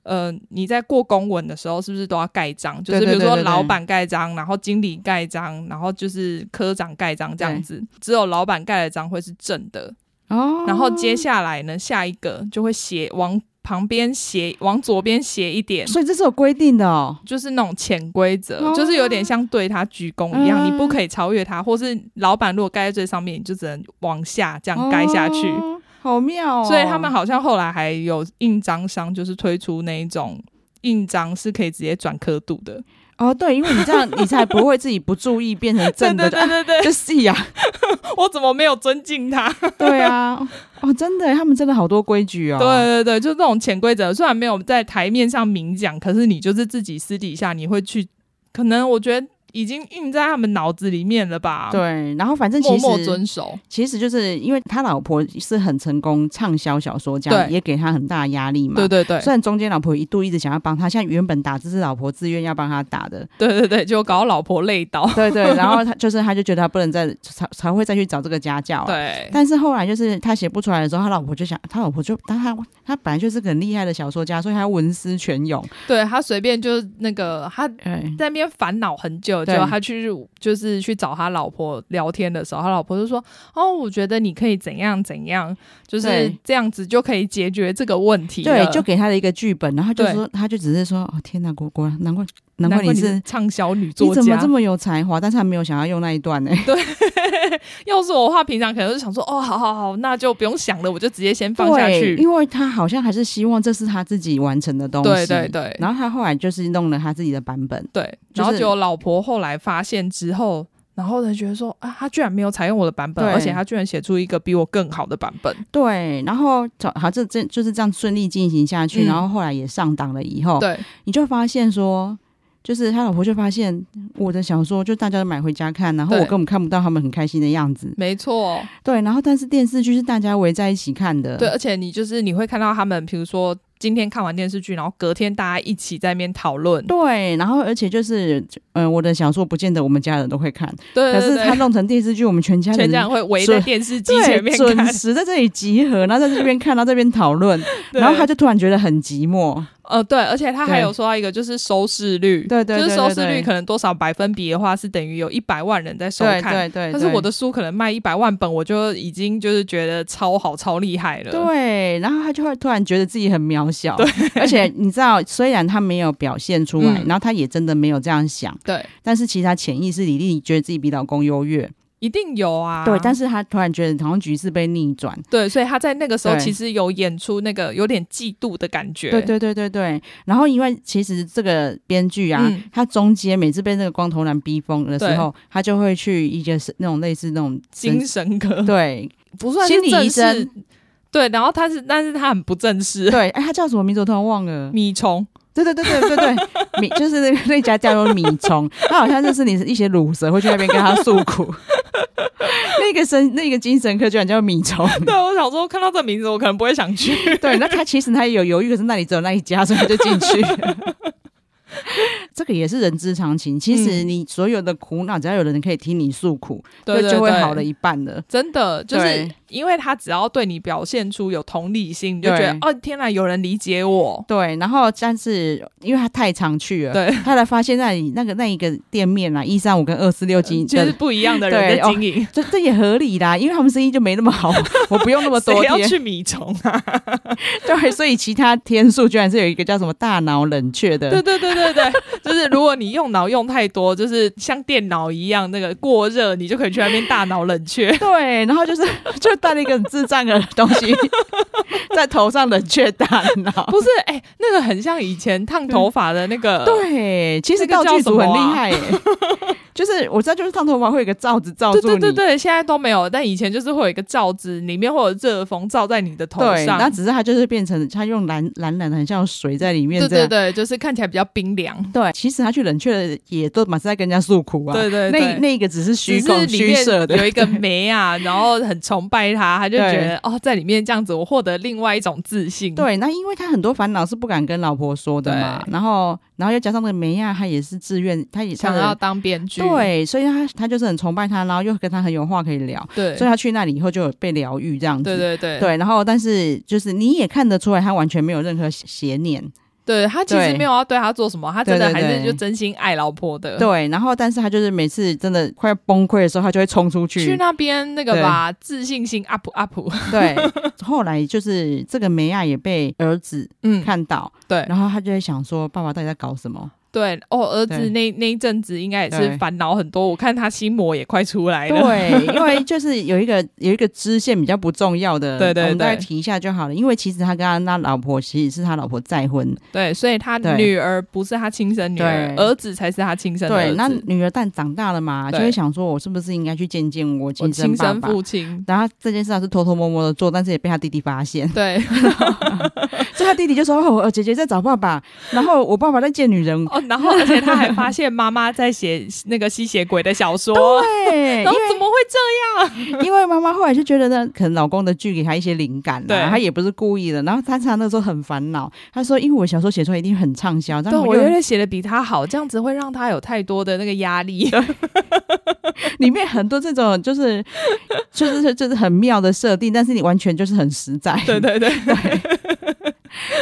Speaker 2: 呃，你在过公文的时候，是不是都要盖章？就
Speaker 3: 对
Speaker 2: 是比
Speaker 3: 对
Speaker 2: 如说
Speaker 3: 对对对
Speaker 2: 老板盖章，然后经理盖章，然后就是科长盖章这样子。
Speaker 3: 嗯
Speaker 2: 只有老板盖的章会是正的，
Speaker 3: 哦，
Speaker 2: 然后接下来呢，下一个就会斜往旁边斜，往左边斜一点，
Speaker 3: 所以这是有规定的哦，
Speaker 2: 就是那种潜规则，
Speaker 3: 哦
Speaker 2: 就是有点像对他鞠躬一
Speaker 3: 嗯
Speaker 2: 样，你不可以超越他，或是老板如果盖在最上面，你就只能往下这样盖下去。
Speaker 3: 哦好妙哦。
Speaker 2: 所以他们好像后来还有印章商，就是推出那一种印章是可以直接转刻度的。
Speaker 3: 哦，对，因为你这样，你才不会自己不注 意变成
Speaker 2: 对
Speaker 3: 正的，
Speaker 2: 对对对对，
Speaker 3: 就就是呀、
Speaker 2: 我怎么没有尊敬他？
Speaker 3: 对啊，哦，真的耶，他们真的好多规矩哦。
Speaker 2: 对对对，就是这种潜规则，虽然没有在台面上明讲，可是你就是自己私底下你会去，可能我觉得已经印在他们脑子里面了吧。。
Speaker 3: 对，然后反正其
Speaker 2: 默
Speaker 3: 实
Speaker 2: 默遵守，
Speaker 3: 其实就是因为他老婆是很成功畅销小说家，
Speaker 2: 对
Speaker 3: 也给他很大的压力嘛。
Speaker 2: 对对对，
Speaker 3: 虽然中间老婆一度一直想要帮他，像原本打字是老婆自愿要帮他打 的，
Speaker 2: 对对对，就搞老婆累 到。
Speaker 3: 对对，然后他就是他就觉得他不能再才才会再去找这个家教、啊。
Speaker 2: 对，
Speaker 3: 但是后来就是他写不出来的时候，他老婆就想，他老婆就，但他他本来就是个很厉害的小说家，所以他文思泉涌。
Speaker 2: 对他随便就是那个他
Speaker 3: 对，
Speaker 2: 在那边烦恼很久，
Speaker 3: 对
Speaker 2: 结果他去就是去找他老婆聊天的时候，他老婆就说：“哦，我觉得你可以怎样怎样，就是
Speaker 3: 对
Speaker 2: 这样子就可以解决这个问题了。
Speaker 3: 对，就给他的一个剧本，然后就
Speaker 2: 对
Speaker 3: 说，他就只是说，哦天哪，果果然难怪难
Speaker 2: 难
Speaker 3: 怪你是
Speaker 2: 是畅销女
Speaker 3: 你
Speaker 2: 作
Speaker 3: 怎么
Speaker 2: 家
Speaker 3: 这。么有才华？但是他没有想要用那一段呢、
Speaker 2: 要是我的话，平常可能就想说，哦，好好好，那就不用想了，我就直接先放下
Speaker 3: 对，
Speaker 2: 去。
Speaker 3: 因为他好像还是希望这是他自己完成的东西。
Speaker 2: 对对。对
Speaker 3: 然后他后来就是弄了他自己的版本，
Speaker 2: 对，
Speaker 3: 就
Speaker 2: 然后
Speaker 3: 是
Speaker 2: 就老婆后来发现之后。然后才觉得说啊，他居然没有采用我的版本，
Speaker 3: 对
Speaker 2: 而且他居然写出一个比我更好的版本。
Speaker 3: 对，然后找好这这就是这样顺利进行下去，
Speaker 2: 嗯
Speaker 3: 然后后来也上档了以后，
Speaker 2: 对
Speaker 3: 你就发现说，就是他老婆就发现我的小说就大家都买回家看，然后我
Speaker 2: 对
Speaker 3: 根本看不到他们很开心的样子，
Speaker 2: 没错，
Speaker 3: 对，然后但是电视剧是大家围在一起看的，
Speaker 2: 对，而且你就是你会看到他们，比如说今天看完电视剧，然后隔天大家一起在那边讨论。
Speaker 3: 对，然后而且就是，呃，我的小说不见得我们家人都会看，
Speaker 2: 对
Speaker 3: 可
Speaker 2: 对
Speaker 3: 是他
Speaker 2: 对，
Speaker 3: 弄成电视剧，我们全家人
Speaker 2: 全家人会围
Speaker 3: 准
Speaker 2: 在电视机
Speaker 3: 对
Speaker 2: 前面看
Speaker 3: 准。时在这里集合，然后在这边看，然后这边讨论，
Speaker 2: 对
Speaker 3: 然后他就突然觉得很寂寞。
Speaker 2: 呃对，而且他还
Speaker 3: 对
Speaker 2: 有说到一个就是收视率，
Speaker 3: 对对对
Speaker 2: 就是
Speaker 3: 对
Speaker 2: 收视
Speaker 3: 对
Speaker 2: 率可能多少百分比的话，是等于有一百万人在收
Speaker 3: 对
Speaker 2: 看。
Speaker 3: 对对，
Speaker 2: 但是我
Speaker 3: 对
Speaker 2: 的书可能卖一百万本，我就已经就是觉得超好、超厉害了。
Speaker 3: 对，然后他就会突然觉得自己很渺小。对，而且你知道，虽然他没有表现出来，
Speaker 2: 嗯
Speaker 3: 然后他也真的没有这样想，
Speaker 2: 对，
Speaker 3: 但是其实他潜意识里一定觉得自己比老公优越。
Speaker 2: 一定有啊。
Speaker 3: 对，但
Speaker 2: 是
Speaker 3: 是他突然觉得好像局势被逆转。
Speaker 2: 对，所以他在那个时候
Speaker 3: 对
Speaker 2: 其实有演出那个有点嫉妒的感觉。
Speaker 3: 对对对对对，然后因为其实这个编剧啊，
Speaker 2: 嗯
Speaker 3: 他中间每次被那个光头男逼疯的时候，他就会去一些是那种类似那种
Speaker 2: 精神科
Speaker 3: 对
Speaker 2: 不算
Speaker 3: 心
Speaker 2: 是
Speaker 3: 理
Speaker 2: 正
Speaker 3: 医生
Speaker 2: 式。对，然后他是，但是他很不正式。
Speaker 3: 对，哎，他叫什么名字我突然忘了。
Speaker 2: 米虫，
Speaker 3: 对对对对对对，米就是那个那家叫做米虫，他好像就是你一些乳蛇会去那边跟他诉 苦。那个神那个精神科居然叫米虫，
Speaker 2: 对我想说看到这名字，我可能不会 想去。
Speaker 3: 对，那他其实他也有犹豫，可是那里只有那一家，所以他就进去。这个也是人之常情。其实你所有的苦恼，只要有人可以听你诉苦，
Speaker 2: 嗯对对
Speaker 3: 就会
Speaker 2: 对
Speaker 3: 好了一半的。
Speaker 2: 真的就是
Speaker 3: 对
Speaker 2: 因为他只要对你表现出有同理心，你就觉
Speaker 3: 对
Speaker 2: 得哦，天哪，有人理解我。
Speaker 3: 对，然后但是因为他太常去了，
Speaker 2: 对，
Speaker 3: 他才发现那里那个那一个店面啊，一三五跟二四六经
Speaker 2: 呃就是
Speaker 3: 的，
Speaker 2: 不 一样的人
Speaker 3: 对
Speaker 2: 在
Speaker 3: 哦
Speaker 2: 经营，
Speaker 3: 这这也合理啦，因为他们生意就没那么好，我不用那么
Speaker 2: 谁
Speaker 3: 多
Speaker 2: 要
Speaker 3: 天，
Speaker 2: 去米虫啊？
Speaker 3: 对，所以其他天数居然是有一个叫什么大脑冷却的，
Speaker 2: 对对对对对，就是如果你用脑用太多，就是像电脑一样那个过热，你就可以去那边大脑冷却。
Speaker 3: 对，然后就是就带了一个很智障的东西在头上冷却大脑。
Speaker 2: 不是，哎、那个很像以前烫头发的那 个，
Speaker 3: 对，其实
Speaker 2: 那
Speaker 3: 道
Speaker 2: 个叫
Speaker 3: 具
Speaker 2: 什
Speaker 3: 组很
Speaker 2: 么
Speaker 3: 厉
Speaker 2: 啊
Speaker 3: 害耶、就是我知道，就是烫头发会有一个罩子罩
Speaker 2: 对
Speaker 3: 住你，
Speaker 2: 对对对，现在都没有，但以前就是会有一个罩子，里面会有热风罩在你的头
Speaker 3: 对，那
Speaker 2: 上。
Speaker 3: 只是它就是变成它用蓝蓝蓝的，很像水在里面
Speaker 2: 对
Speaker 3: 这样
Speaker 2: 对。对，就是看起来比较冰凉。
Speaker 3: 对其实他去冷却的也都满是在跟人家诉苦啊。
Speaker 2: 对对
Speaker 3: 那
Speaker 2: 对。
Speaker 3: 那个只是
Speaker 2: 只
Speaker 3: 虚
Speaker 2: 是
Speaker 3: 构
Speaker 2: 里
Speaker 3: 虚
Speaker 2: 面
Speaker 3: 设的，
Speaker 2: 有一个梅啊，然后很崇拜他，他就觉
Speaker 3: 对
Speaker 2: 得哦，在里面这样子，我获得另外一种自信。
Speaker 3: 对，那因为他很多烦恼是不敢跟老婆说的嘛，然后然后又加上那个梅亚，她也是自愿，她也
Speaker 2: 想
Speaker 3: 她的
Speaker 2: 要当编剧，
Speaker 3: 对，所以他他就是很崇拜他，然后又跟他很有话可以聊，
Speaker 2: 对
Speaker 3: 所以他去那里以后就有被疗愈这样子。
Speaker 2: 对对对
Speaker 3: 对然后但是就是你也看得出来，他完全没有任何邪邪念。
Speaker 2: 对他其实
Speaker 3: 对
Speaker 2: 没有要对他做什么，他真的
Speaker 3: 对
Speaker 2: 还
Speaker 3: 对
Speaker 2: 是
Speaker 3: 对
Speaker 2: 就真心爱老婆的。
Speaker 3: 对，然后但是他就是每次真的快要崩溃的时候，他就会冲出去。
Speaker 2: 去那边那个吧，自信心 up up。
Speaker 3: 对，后来就是这个梅亚也被儿子
Speaker 2: 嗯，
Speaker 3: 看到，
Speaker 2: 对
Speaker 3: 然后他就会想说，爸爸到底在搞什么？
Speaker 2: 对哦，儿子
Speaker 3: 对
Speaker 2: 那那一阵子应该也是
Speaker 3: 对
Speaker 2: 烦恼很多，我看他心魔也快出来了。
Speaker 3: 对，因 为就是有一个有一个支线比较不重要的，
Speaker 2: 对对
Speaker 3: 我们大概
Speaker 2: 对
Speaker 3: 提一下就好了。因为其实他跟他那老婆其实是他老婆再婚，
Speaker 2: 对，所以他
Speaker 3: 对
Speaker 2: 女儿不是他亲生女儿，
Speaker 3: 对
Speaker 2: 儿子才是他亲生的儿
Speaker 3: 对，
Speaker 2: 子
Speaker 3: 那女儿但长大了嘛，就
Speaker 2: 对
Speaker 3: 会想说，我是不是应该去见见我
Speaker 2: 我
Speaker 3: 亲
Speaker 2: 亲
Speaker 3: 爸
Speaker 2: 生
Speaker 3: 爸？
Speaker 2: 父亲。
Speaker 3: 然后这件事他是偷偷摸摸的做，但是也被他弟弟发 现，
Speaker 2: 对，
Speaker 3: 所以他弟弟就说：“哦，姐姐在找爸爸，然后我爸爸在见女人。
Speaker 2: 哦，然后而且他还发现妈妈在写那个吸血鬼的小说，
Speaker 3: 对，因
Speaker 2: 然后
Speaker 3: 为
Speaker 2: 怎么会这样？
Speaker 3: 因为妈妈后来就觉得呢，可能老公的剧给她一些灵感
Speaker 2: 对
Speaker 3: 啦，她也不是故意的。然后她她那时候很烦恼，她说：“因为我小说写出来一定很畅销，但
Speaker 2: 对，我
Speaker 3: 就
Speaker 2: 觉得写的比他好，这样子会让他有太多的那个压力。
Speaker 3: 里面很多这种就是 就是就是很妙的设定，但是你完全就是很实在。”
Speaker 2: 对对对，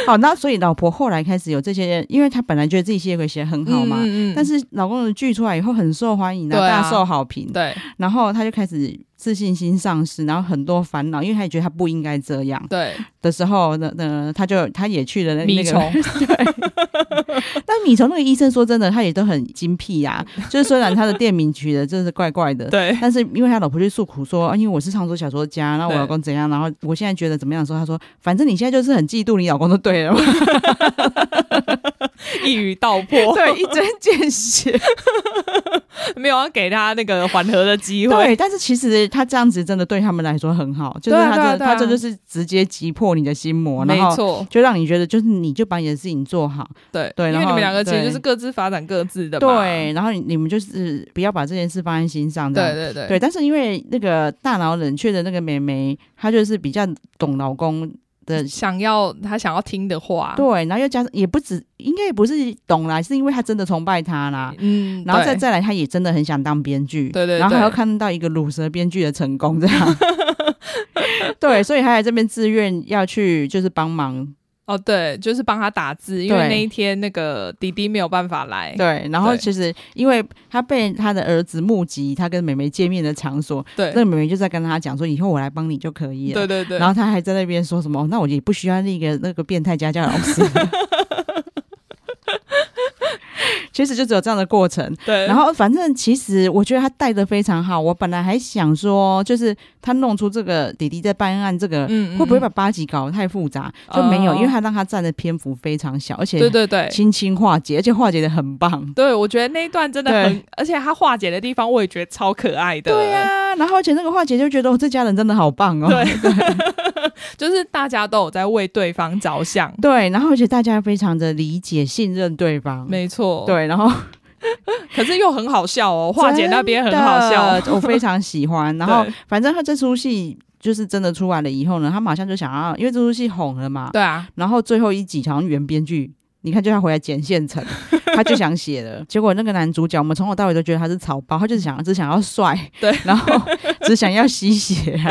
Speaker 3: 好，那所以老婆后来开始有这些，因为她本来觉得自己写鬼写得很好嘛，
Speaker 2: 嗯嗯嗯
Speaker 3: 但是老公的剧出来以后很受欢迎啊，
Speaker 2: 对啊
Speaker 3: 大受好评，
Speaker 2: 对
Speaker 3: 然后她就开始自信心丧失，然后很多烦恼，因为她也觉得她不应该这样
Speaker 2: 对，
Speaker 3: 的时候呢，呢，她就她也去了那
Speaker 2: 米
Speaker 3: 那个，
Speaker 2: 虫，
Speaker 3: 但米虫那个医生说真的，他也都很精辟啊，就是虽然他的店名取的真的是怪怪的，
Speaker 2: 对
Speaker 3: 但是因为他老婆就诉苦说，啊、因为我是创作小说家，然后我
Speaker 2: 对
Speaker 3: 老公怎样，然后我现在觉得怎么样的时候，他说，反正你现在就是很嫉妒你老公就对 了嘛，
Speaker 2: 一语道破，
Speaker 3: 对，一针见血。
Speaker 2: 没有要给他那个缓和的机会。
Speaker 3: 对，但是其实他这样子真的对他们来说很好，就是
Speaker 2: 对啊
Speaker 3: 他这、
Speaker 2: 对啊对
Speaker 3: 他
Speaker 2: 啊
Speaker 3: 这就是直接击破你的心魔，
Speaker 2: 没
Speaker 3: 然后
Speaker 2: 错，
Speaker 3: 就让你觉得就是你就把你的事情做好，
Speaker 2: 对
Speaker 3: 对
Speaker 2: 因为
Speaker 3: 然
Speaker 2: 你
Speaker 3: 后
Speaker 2: 们两个其实
Speaker 3: 对
Speaker 2: 就是各自发展各自的嘛。
Speaker 3: 对，然后你你们就是不要把这件事放在心上，这样
Speaker 2: 对对对
Speaker 3: 对，但是因为那个大脑冷却的那个妹妹，她就是比较懂老公的。
Speaker 2: 想要他想要听的话，
Speaker 3: 对，然后又加上也不止，应该也不是懂啦，是因为她真的崇拜他啦，
Speaker 2: 嗯，
Speaker 3: 然后再
Speaker 2: 对
Speaker 3: 再来，她也真的很想当编剧，
Speaker 2: 对对
Speaker 3: 然后
Speaker 2: 对
Speaker 3: 还要看到一个乳蛇编剧的成功这 样，对，所以她来这边自愿要去就是帮忙，
Speaker 2: 哦对，就是帮他打字，因为
Speaker 3: 对
Speaker 2: 那一天那个弟弟没有办法来。
Speaker 3: 对，然后
Speaker 2: 哎对
Speaker 3: 其实因为她被她的儿子目击她跟妹妹见面的场所，
Speaker 2: 对
Speaker 3: 那个妹妹就在跟她讲说，以后我来帮你就可以了，
Speaker 2: 对对对，
Speaker 3: 然后他还在那边说什么、哦那我也不需要那个那个变态家教老师。 其实就只有这样的过程。
Speaker 2: 对，
Speaker 3: 然后反正其实我觉得他带的非常好。我本来还想说，就是他弄出这个弟弟在办案这个，
Speaker 2: 嗯嗯
Speaker 3: 会不会
Speaker 2: 嗯
Speaker 3: 把八集搞得太复杂？就没有，
Speaker 2: 哦
Speaker 3: 因为他让他占的篇幅非常小，而
Speaker 2: 对
Speaker 3: 且
Speaker 2: 对对。
Speaker 3: 轻轻化解，而且化解的很棒。
Speaker 2: 对，我觉得那一段真的很，而且他化解的地方，我也觉得超可爱的。
Speaker 3: 对呀、然后而且那个化解就觉得、哦、这家人真的好棒哦。
Speaker 2: 对， 嗯就是大家都有在为对方着想，
Speaker 3: 对，然后而且大家非常的理解、信任对方。
Speaker 2: 没错。，
Speaker 3: 对，然后
Speaker 2: 可是又很好笑哦，化解那 边很好笑。
Speaker 3: 真的，我非常喜 欢。然后
Speaker 2: 对，
Speaker 3: 反正他这出戏就是真的出来了以后呢，他马上就想要，因为这出戏红了嘛。
Speaker 2: 对啊，
Speaker 3: 然后最后一集好像原编剧你看，就他回来捡现 成，他就想写了。结果那个男主角，我们从头到尾都觉得他是草包，他就是想只想要帅，
Speaker 2: 对，
Speaker 3: 然后只想要吸血、 啊，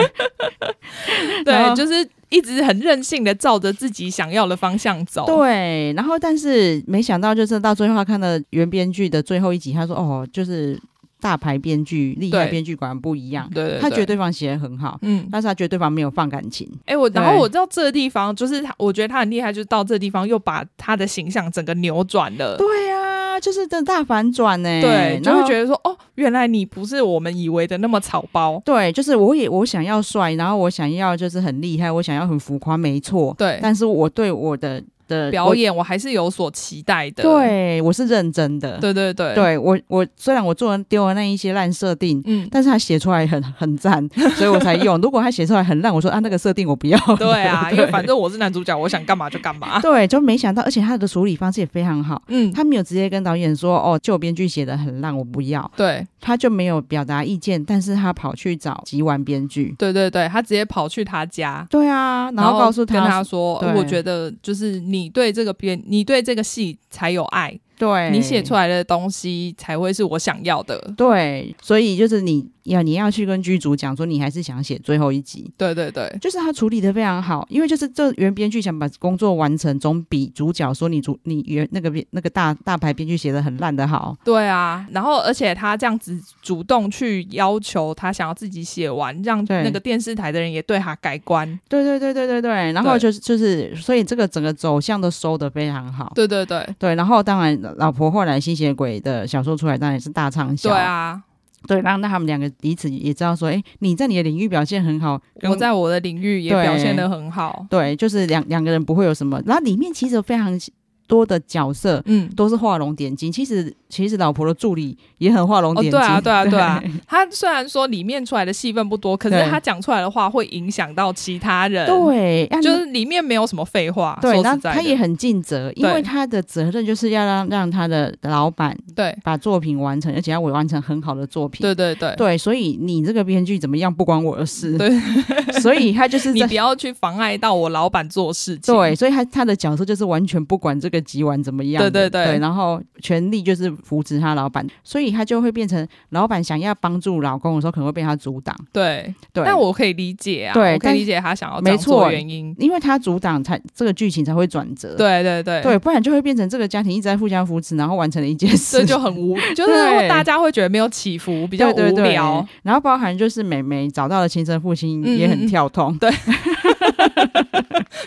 Speaker 3: 然后
Speaker 2: 对，就是一直很任性的照着自己想要的方向走。
Speaker 3: 对。然后，但是没想到，就是到最后他看了原编剧的最后一集，他说：“哦，就是大牌编剧、厉害
Speaker 2: 对
Speaker 3: 编剧果然不一样。
Speaker 2: 对对
Speaker 3: 他觉得对方写的很好，
Speaker 2: 嗯，
Speaker 3: 但是他觉得对方没有放感情。
Speaker 2: 哎、我然后
Speaker 3: 对
Speaker 2: 我到这个地方，就是他，我觉得他很厉害，就是到这个地方又把他的形象整个扭转了。
Speaker 3: 对啊，就是这大反转呢、
Speaker 2: 对，就
Speaker 3: 然后
Speaker 2: 会觉得说，哦，原来你不是我们以为的那么草包。
Speaker 3: 对，就是我也我想要帅，然后我想要就是很厉害，我想要很浮夸，没错。
Speaker 2: 对
Speaker 3: 但是我对我的的
Speaker 2: 表，演我还是有所期待的。
Speaker 3: 我对我是认真的。
Speaker 2: 对对对，
Speaker 3: 对我我虽然我做人丢了那一些烂设定。
Speaker 2: 嗯，
Speaker 3: 但是他写出来很很赞，所以我才 用。如果他写出来很烂，我说啊那个设定我不要了。
Speaker 2: 对啊，因为
Speaker 3: 对
Speaker 2: 反正我是男主角，我想干嘛就干嘛。
Speaker 3: 对，就没想到，而且他的处理方式也非常好。
Speaker 2: 嗯，
Speaker 3: 他没有直接跟导演说哦，旧编剧写的很烂，我不要。
Speaker 2: 对
Speaker 3: 他就没有表达意见，但是他跑去找吉丸编剧。
Speaker 2: 对对对，他直接跑去他家，
Speaker 3: 对啊，然后告诉
Speaker 2: 跟他说，
Speaker 3: 对
Speaker 2: 我觉得就是你对这个编，你对这个戏才有爱，
Speaker 3: 对
Speaker 2: 你写出来的东西才会是我想要的。
Speaker 3: 对，所以就是你要你要去跟剧组讲说，你还是想写最后一集。
Speaker 2: 对对对，
Speaker 3: 就是他处理的非常好，因为就是这原编剧想把工作完成，总比主角说你主你原那个编那个大大牌编剧写的很烂的好。
Speaker 2: 对啊，然后而且他这样子主动去要求他想要自己写完，让
Speaker 3: 对
Speaker 2: 那个电视台的人也对他改观。
Speaker 3: 对对对对对对，然后
Speaker 2: 对
Speaker 3: 就是就是，所以这个整个走向都收的非常好。
Speaker 2: 对对对，
Speaker 3: 对，然后当然老婆后来吸血鬼的小说出来，当然也是大畅销。
Speaker 2: 对啊，
Speaker 3: 对，让让他们两个彼此也知道说，哎，你在你的领域表现很好，跟
Speaker 2: 我在我的领域也
Speaker 3: 对
Speaker 2: 表现的很好。
Speaker 3: 对，就是两两个人不会有什么。然后里面其实有非常多的角色
Speaker 2: 嗯，
Speaker 3: 都是画龙点睛，其实其实老婆的助理也很画龙
Speaker 2: 哦，
Speaker 3: 点
Speaker 2: 对
Speaker 3: 睛。
Speaker 2: 啊，对啊，对啊。他虽然说里面出来的戏份不多，可是
Speaker 3: 对
Speaker 2: 他讲出来的话会影响到其他 人。，
Speaker 3: 对，啊
Speaker 2: 就是里面没有什么废话。
Speaker 3: 对，
Speaker 2: 说
Speaker 3: 那
Speaker 2: 实在
Speaker 3: 他
Speaker 2: 的，
Speaker 3: 也很尽责，因为
Speaker 2: 对
Speaker 3: 他的责任就是要让让他的老板
Speaker 2: 对，
Speaker 3: 把作品完成，而且要完成很好的作品。
Speaker 2: 对对对。
Speaker 3: 对，所以你这个编剧怎么样不关我的事。
Speaker 2: 对，
Speaker 3: 所以他就是
Speaker 2: 你
Speaker 3: 在
Speaker 2: 不要去妨碍到我老板做事情。
Speaker 3: 对，所以他他的角色就是完全不管这个集完怎么样的，
Speaker 2: 对对对
Speaker 3: 然后全力就是扶持他老板，所以他就会变成老板想要帮助老公的时候，可能会被他阻挡，
Speaker 2: 对，
Speaker 3: 对，
Speaker 2: 但我可以理解啊，
Speaker 3: 对
Speaker 2: 我可
Speaker 3: 但
Speaker 2: 以理解他想要这
Speaker 3: 没
Speaker 2: 样做
Speaker 3: 错
Speaker 2: 的原因。
Speaker 3: 因为他阻挡才这个剧情才会转折，
Speaker 2: 对对对
Speaker 3: 对，不然就会变成这个家庭一直在互相扶持，然后完成了一件事
Speaker 2: 这 就很 无，就是
Speaker 3: 对
Speaker 2: 大家会觉得没有起伏，比较无聊。
Speaker 3: 对对对然后包含就是美美找到了亲生父亲也
Speaker 2: 嗯嗯
Speaker 3: 很
Speaker 2: 嗯
Speaker 3: 跳痛，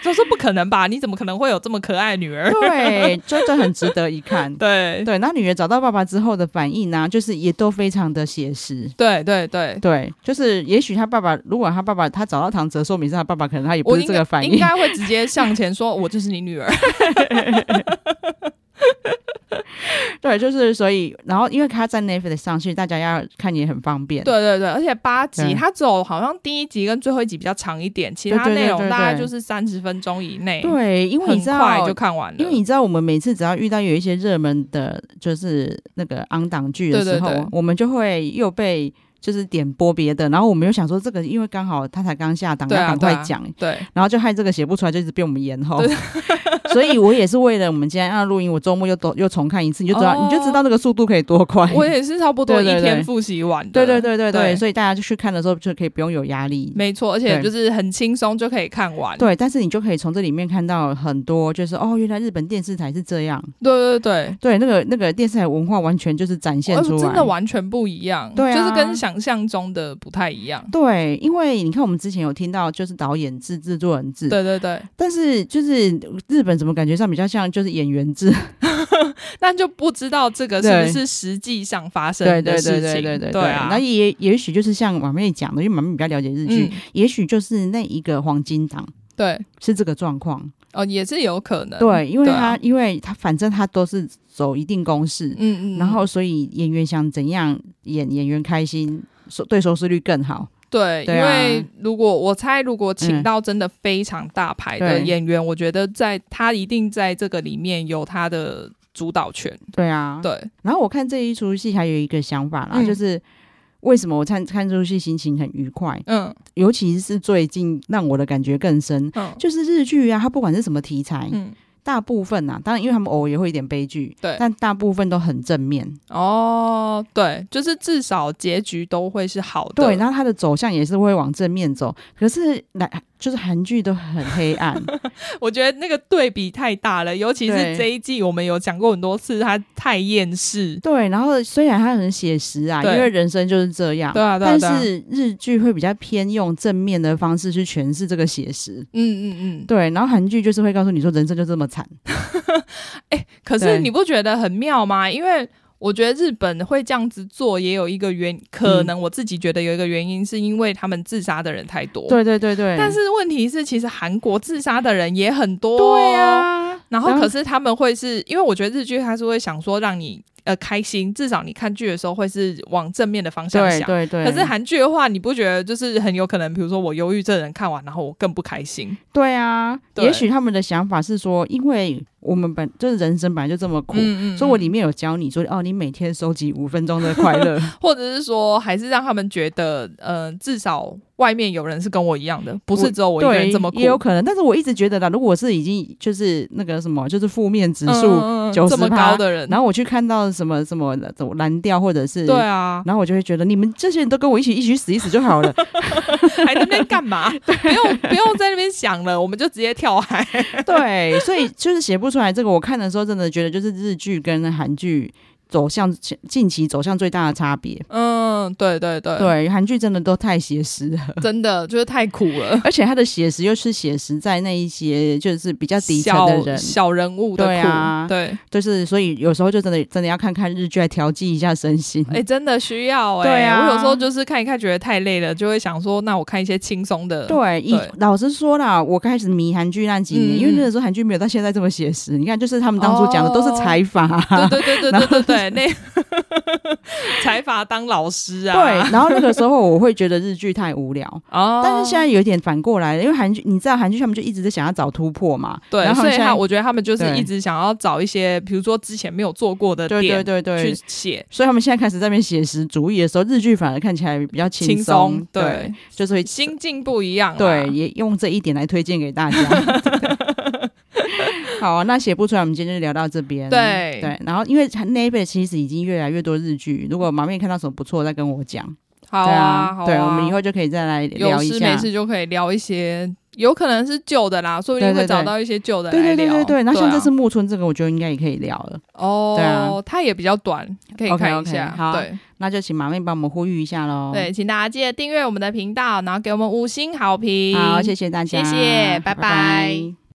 Speaker 2: 就说不可能吧？你怎么可能会有这么可爱的女儿？
Speaker 3: 对，就这很值得一看。
Speaker 2: 嗯对
Speaker 3: 对，那女儿找到爸爸之后的反应呢、就是也都非常的写实。
Speaker 2: 对对对，
Speaker 3: 对，就是也许他爸爸，如果他爸爸他找到唐泽寿明是他爸爸，可能他也不
Speaker 2: 我
Speaker 3: 是
Speaker 2: 应
Speaker 3: 这个
Speaker 2: 该
Speaker 3: 反
Speaker 2: 应
Speaker 3: 应。
Speaker 2: 该会直接向前说：“我就是你女儿。
Speaker 3: 对，就是所以，然后因为他在 Netflix 上去，大家要看也很方”便。
Speaker 2: 对对对，而且八集
Speaker 3: 对
Speaker 2: 它只有好像第一集跟最后一集比较长一点，其他
Speaker 3: 对对对
Speaker 2: 内容
Speaker 3: 对
Speaker 2: 大概
Speaker 3: 对
Speaker 2: 就是三十分钟以内，
Speaker 3: 对，因为你
Speaker 2: 很
Speaker 3: 知
Speaker 2: 快
Speaker 3: 道
Speaker 2: 就。看完了。
Speaker 3: 因为你知道，我们每次只要遇到有一些热门的，就是那个昂档剧的
Speaker 2: 对
Speaker 3: 时
Speaker 2: 对
Speaker 3: 候，
Speaker 2: 对
Speaker 3: 我们就会又被就是点播别的，然后我们又想说这个，因为刚好他才刚下档，
Speaker 2: 对
Speaker 3: 要
Speaker 2: 啊，
Speaker 3: 赶
Speaker 2: 对
Speaker 3: 快
Speaker 2: 啊
Speaker 3: 讲，
Speaker 2: 对
Speaker 3: 然后就害这个写不出来，就一直被我们延后。 所以我也是为了我们今天要录音，我周末又都又重看一次，你就知道、
Speaker 2: 哦
Speaker 3: 你就知道那个速度可以多快。
Speaker 2: 我也是差不多一
Speaker 3: 对对对
Speaker 2: 天复习完的。
Speaker 3: 对对对对对，
Speaker 2: 对
Speaker 3: 所以大家就去看的时候就可以不用有压力。
Speaker 2: 没错，而且
Speaker 3: 对
Speaker 2: 就是很轻松就可以看完。
Speaker 3: 对，但是你就可以从这里面看到很多，就是哦，原来日本电视台是这样。
Speaker 2: 对对对。
Speaker 3: 对，那个那个电视台文化完全就是展现
Speaker 2: 哦
Speaker 3: 出来，
Speaker 2: 真的完全不一样，
Speaker 3: 对啊
Speaker 2: 就是跟想象中的不太一样。
Speaker 3: 对，因为你看我们之前有听到就是导演制、制作人制，
Speaker 2: 对对对，
Speaker 3: 但是就是日本怎么感觉上比较像就是演员制？
Speaker 2: 但就不知道这个是不是实际上发生
Speaker 3: 对对对
Speaker 2: 的事情。
Speaker 3: 对对对
Speaker 2: 对啊，
Speaker 3: 那也也许就是像马妹讲的，因为马妹比较了解日剧，
Speaker 2: 嗯，
Speaker 3: 也许就是那一个黄金档
Speaker 2: 对，
Speaker 3: 是这个状况。
Speaker 2: 哦，也是有可能。
Speaker 3: 对，因为
Speaker 2: 对啊
Speaker 3: 他、因为他反正他都是走一定公式，
Speaker 2: 嗯嗯，
Speaker 3: 然后所以演员想怎样演，演员开心，收对收视率更好。
Speaker 2: 对，
Speaker 3: 对
Speaker 2: 因
Speaker 3: 啊
Speaker 2: 为如果我猜，如果请
Speaker 3: 嗯
Speaker 2: 到真的非常大牌的
Speaker 3: 对
Speaker 2: 演员，我觉得在他一定在这个里面有他的主导权。
Speaker 3: 对啊，
Speaker 2: 对，
Speaker 3: 然后我看这一出戏还有一个想法啦，
Speaker 2: 嗯
Speaker 3: 就是。为什么我看看这出戏心情很愉快？
Speaker 2: 嗯
Speaker 3: 尤其是最近让我的感觉更深，
Speaker 2: 嗯
Speaker 3: 就是日剧啊，它不管是什么题材，
Speaker 2: 嗯，
Speaker 3: 大部分啊，当然因为他们偶尔也会有一点悲剧，
Speaker 2: 对
Speaker 3: 但大部分都很正面。
Speaker 2: 哦，对，就是至少结局都会是好的。
Speaker 3: 对，然后它的走向也是会往正面走，可是来就是韩剧都很黑 暗，
Speaker 2: 我觉得那个对比太大了，尤其
Speaker 3: 对
Speaker 2: 是这一季，我们有讲过很多次，它太厌世。
Speaker 3: 对，然后虽然它很写实啊，因
Speaker 2: 对
Speaker 3: 为人生就是这样，
Speaker 2: 对啊对啊
Speaker 3: 但
Speaker 2: 对啊
Speaker 3: 是日剧会比较偏用正面的方式去诠释这个写实。
Speaker 2: 嗯嗯嗯，
Speaker 3: 对，然后韩剧就是会告诉你说人生就这么惨，
Speaker 2: 可
Speaker 3: 对
Speaker 2: 是你不觉得很妙吗？因为我觉得日本会这样子做，也有一个原，可能我自己觉得有一个原因，是因为他们自杀的人太多。，
Speaker 3: 对对对对，
Speaker 2: 但是问题是，其实韩国自杀的人也很多。
Speaker 3: 对、啊，
Speaker 2: 然后
Speaker 3: 然后
Speaker 2: 可是他们会是因为我觉得日剧它是会想说让你呃开心，至少你看剧的时候会是往正面的方向
Speaker 3: 对
Speaker 2: 想。
Speaker 3: 对对，
Speaker 2: 可是韩剧的话，你不觉得就是很有可能，比如说我忧郁症人看完，然后我更不开心？
Speaker 3: 对啊，
Speaker 2: 对
Speaker 3: 也许他们的想法是说，因为我们本就是人生本来就这么苦，
Speaker 2: 嗯
Speaker 3: 所以我里面有教你说，哦，你每天收集五分钟的快乐，
Speaker 2: 或者是说，还是让他们觉得，呃，至少外面有人是跟我一样的， 不是只有我一个人
Speaker 3: 对
Speaker 2: 这么，苦。
Speaker 3: 也有可能。但是我一直觉得啦，如果是已经就是那个什么，就是负面指
Speaker 2: 嗯
Speaker 3: 数
Speaker 2: 嗯嗯
Speaker 3: 90%
Speaker 2: 这么高的人，
Speaker 3: 然后我去看到什么什么怎么蓝调或者是
Speaker 2: 对，啊，
Speaker 3: 然后我就会觉得你们这些人都跟我一起一起去死一死就好 了。
Speaker 2: 还在那边干嘛？不用不用在那边想了，我们就直接跳海。
Speaker 3: 对，所以就是写不出来这个。我看的时候真的觉得就是日剧跟韩剧走向近期走向最大的差别。
Speaker 2: 嗯，对对对，
Speaker 3: 对，韩剧真的都太写实了，
Speaker 2: 真的就是太苦了。
Speaker 3: 而且它的写实又是写实在那一些就是比较底层
Speaker 2: 小
Speaker 3: 的人，
Speaker 2: 小人物的苦，
Speaker 3: 对啊
Speaker 2: 对
Speaker 3: 就是所以有时候就真的真的要看看日剧来调剂一下身心。
Speaker 2: 哎、真的需要哎、
Speaker 3: 对啊
Speaker 2: 我有时候就是看一看，觉得太累了，就会想说，那我看一些轻松的。
Speaker 3: 对，以
Speaker 2: 对
Speaker 3: 老实说啦，我开始迷韩剧那几年，
Speaker 2: 嗯
Speaker 3: 因为那个时候韩剧没有到现在这么写实。你看，就是他们当初讲的都是财阀，
Speaker 2: 对对对对对对对，那财阀当老师啊，
Speaker 3: 对，然后那个时候我会觉得日剧太无聊。
Speaker 2: 哦，
Speaker 3: 但是现在有点反过来了，因为韩剧，你知道韩剧他们就一直在想要找突破嘛，
Speaker 2: 对，
Speaker 3: 然后
Speaker 2: 所以
Speaker 3: 现在
Speaker 2: 他我觉得他们就是
Speaker 3: 对
Speaker 2: 一直想要找一些，比如说之前没有做过的
Speaker 3: 对对
Speaker 2: 点
Speaker 3: 对对
Speaker 2: 去，写。
Speaker 3: 所以他们现在开始在那边写实主义的时候，日剧反而看起来比较
Speaker 2: 轻
Speaker 3: 松
Speaker 2: 松，，
Speaker 3: 对，
Speaker 2: 对，
Speaker 3: 就是会
Speaker 2: 心境不一样啦，
Speaker 3: 对，也用这一点来推荐给 大家。好、啊，那写不出来，我们今天就聊到这边。
Speaker 2: 对
Speaker 3: 对，然后因为 n e t f 其实已经越来越多日剧，如果毛面看到什么不错，再跟我讲。
Speaker 2: 好
Speaker 3: 对
Speaker 2: 啊，好啊，
Speaker 3: 对，我们以后就可以再来
Speaker 2: 有
Speaker 3: 聊一
Speaker 2: 事
Speaker 3: 下
Speaker 2: 没。事就可以聊一些，有可能是旧的啦，说不定
Speaker 3: 对对
Speaker 2: 会找
Speaker 3: 对
Speaker 2: 到一些旧的
Speaker 3: 对
Speaker 2: 来
Speaker 3: 对
Speaker 2: 聊。
Speaker 3: 对对对，那
Speaker 2: 啊
Speaker 3: 像这次木村这个，我觉得应该也可以聊了，对啊
Speaker 2: 哦，它也比较短，可以
Speaker 3: OK，
Speaker 2: 看一
Speaker 3: OK，
Speaker 2: 下
Speaker 3: 好。
Speaker 2: 对
Speaker 3: 那就请马妹帮我们呼吁一下喽。，
Speaker 2: 对，请大家记得订阅我们的频道，然后给我们五星好评。
Speaker 3: 好，谢谢大家，
Speaker 2: 谢谢拜拜
Speaker 3: 拜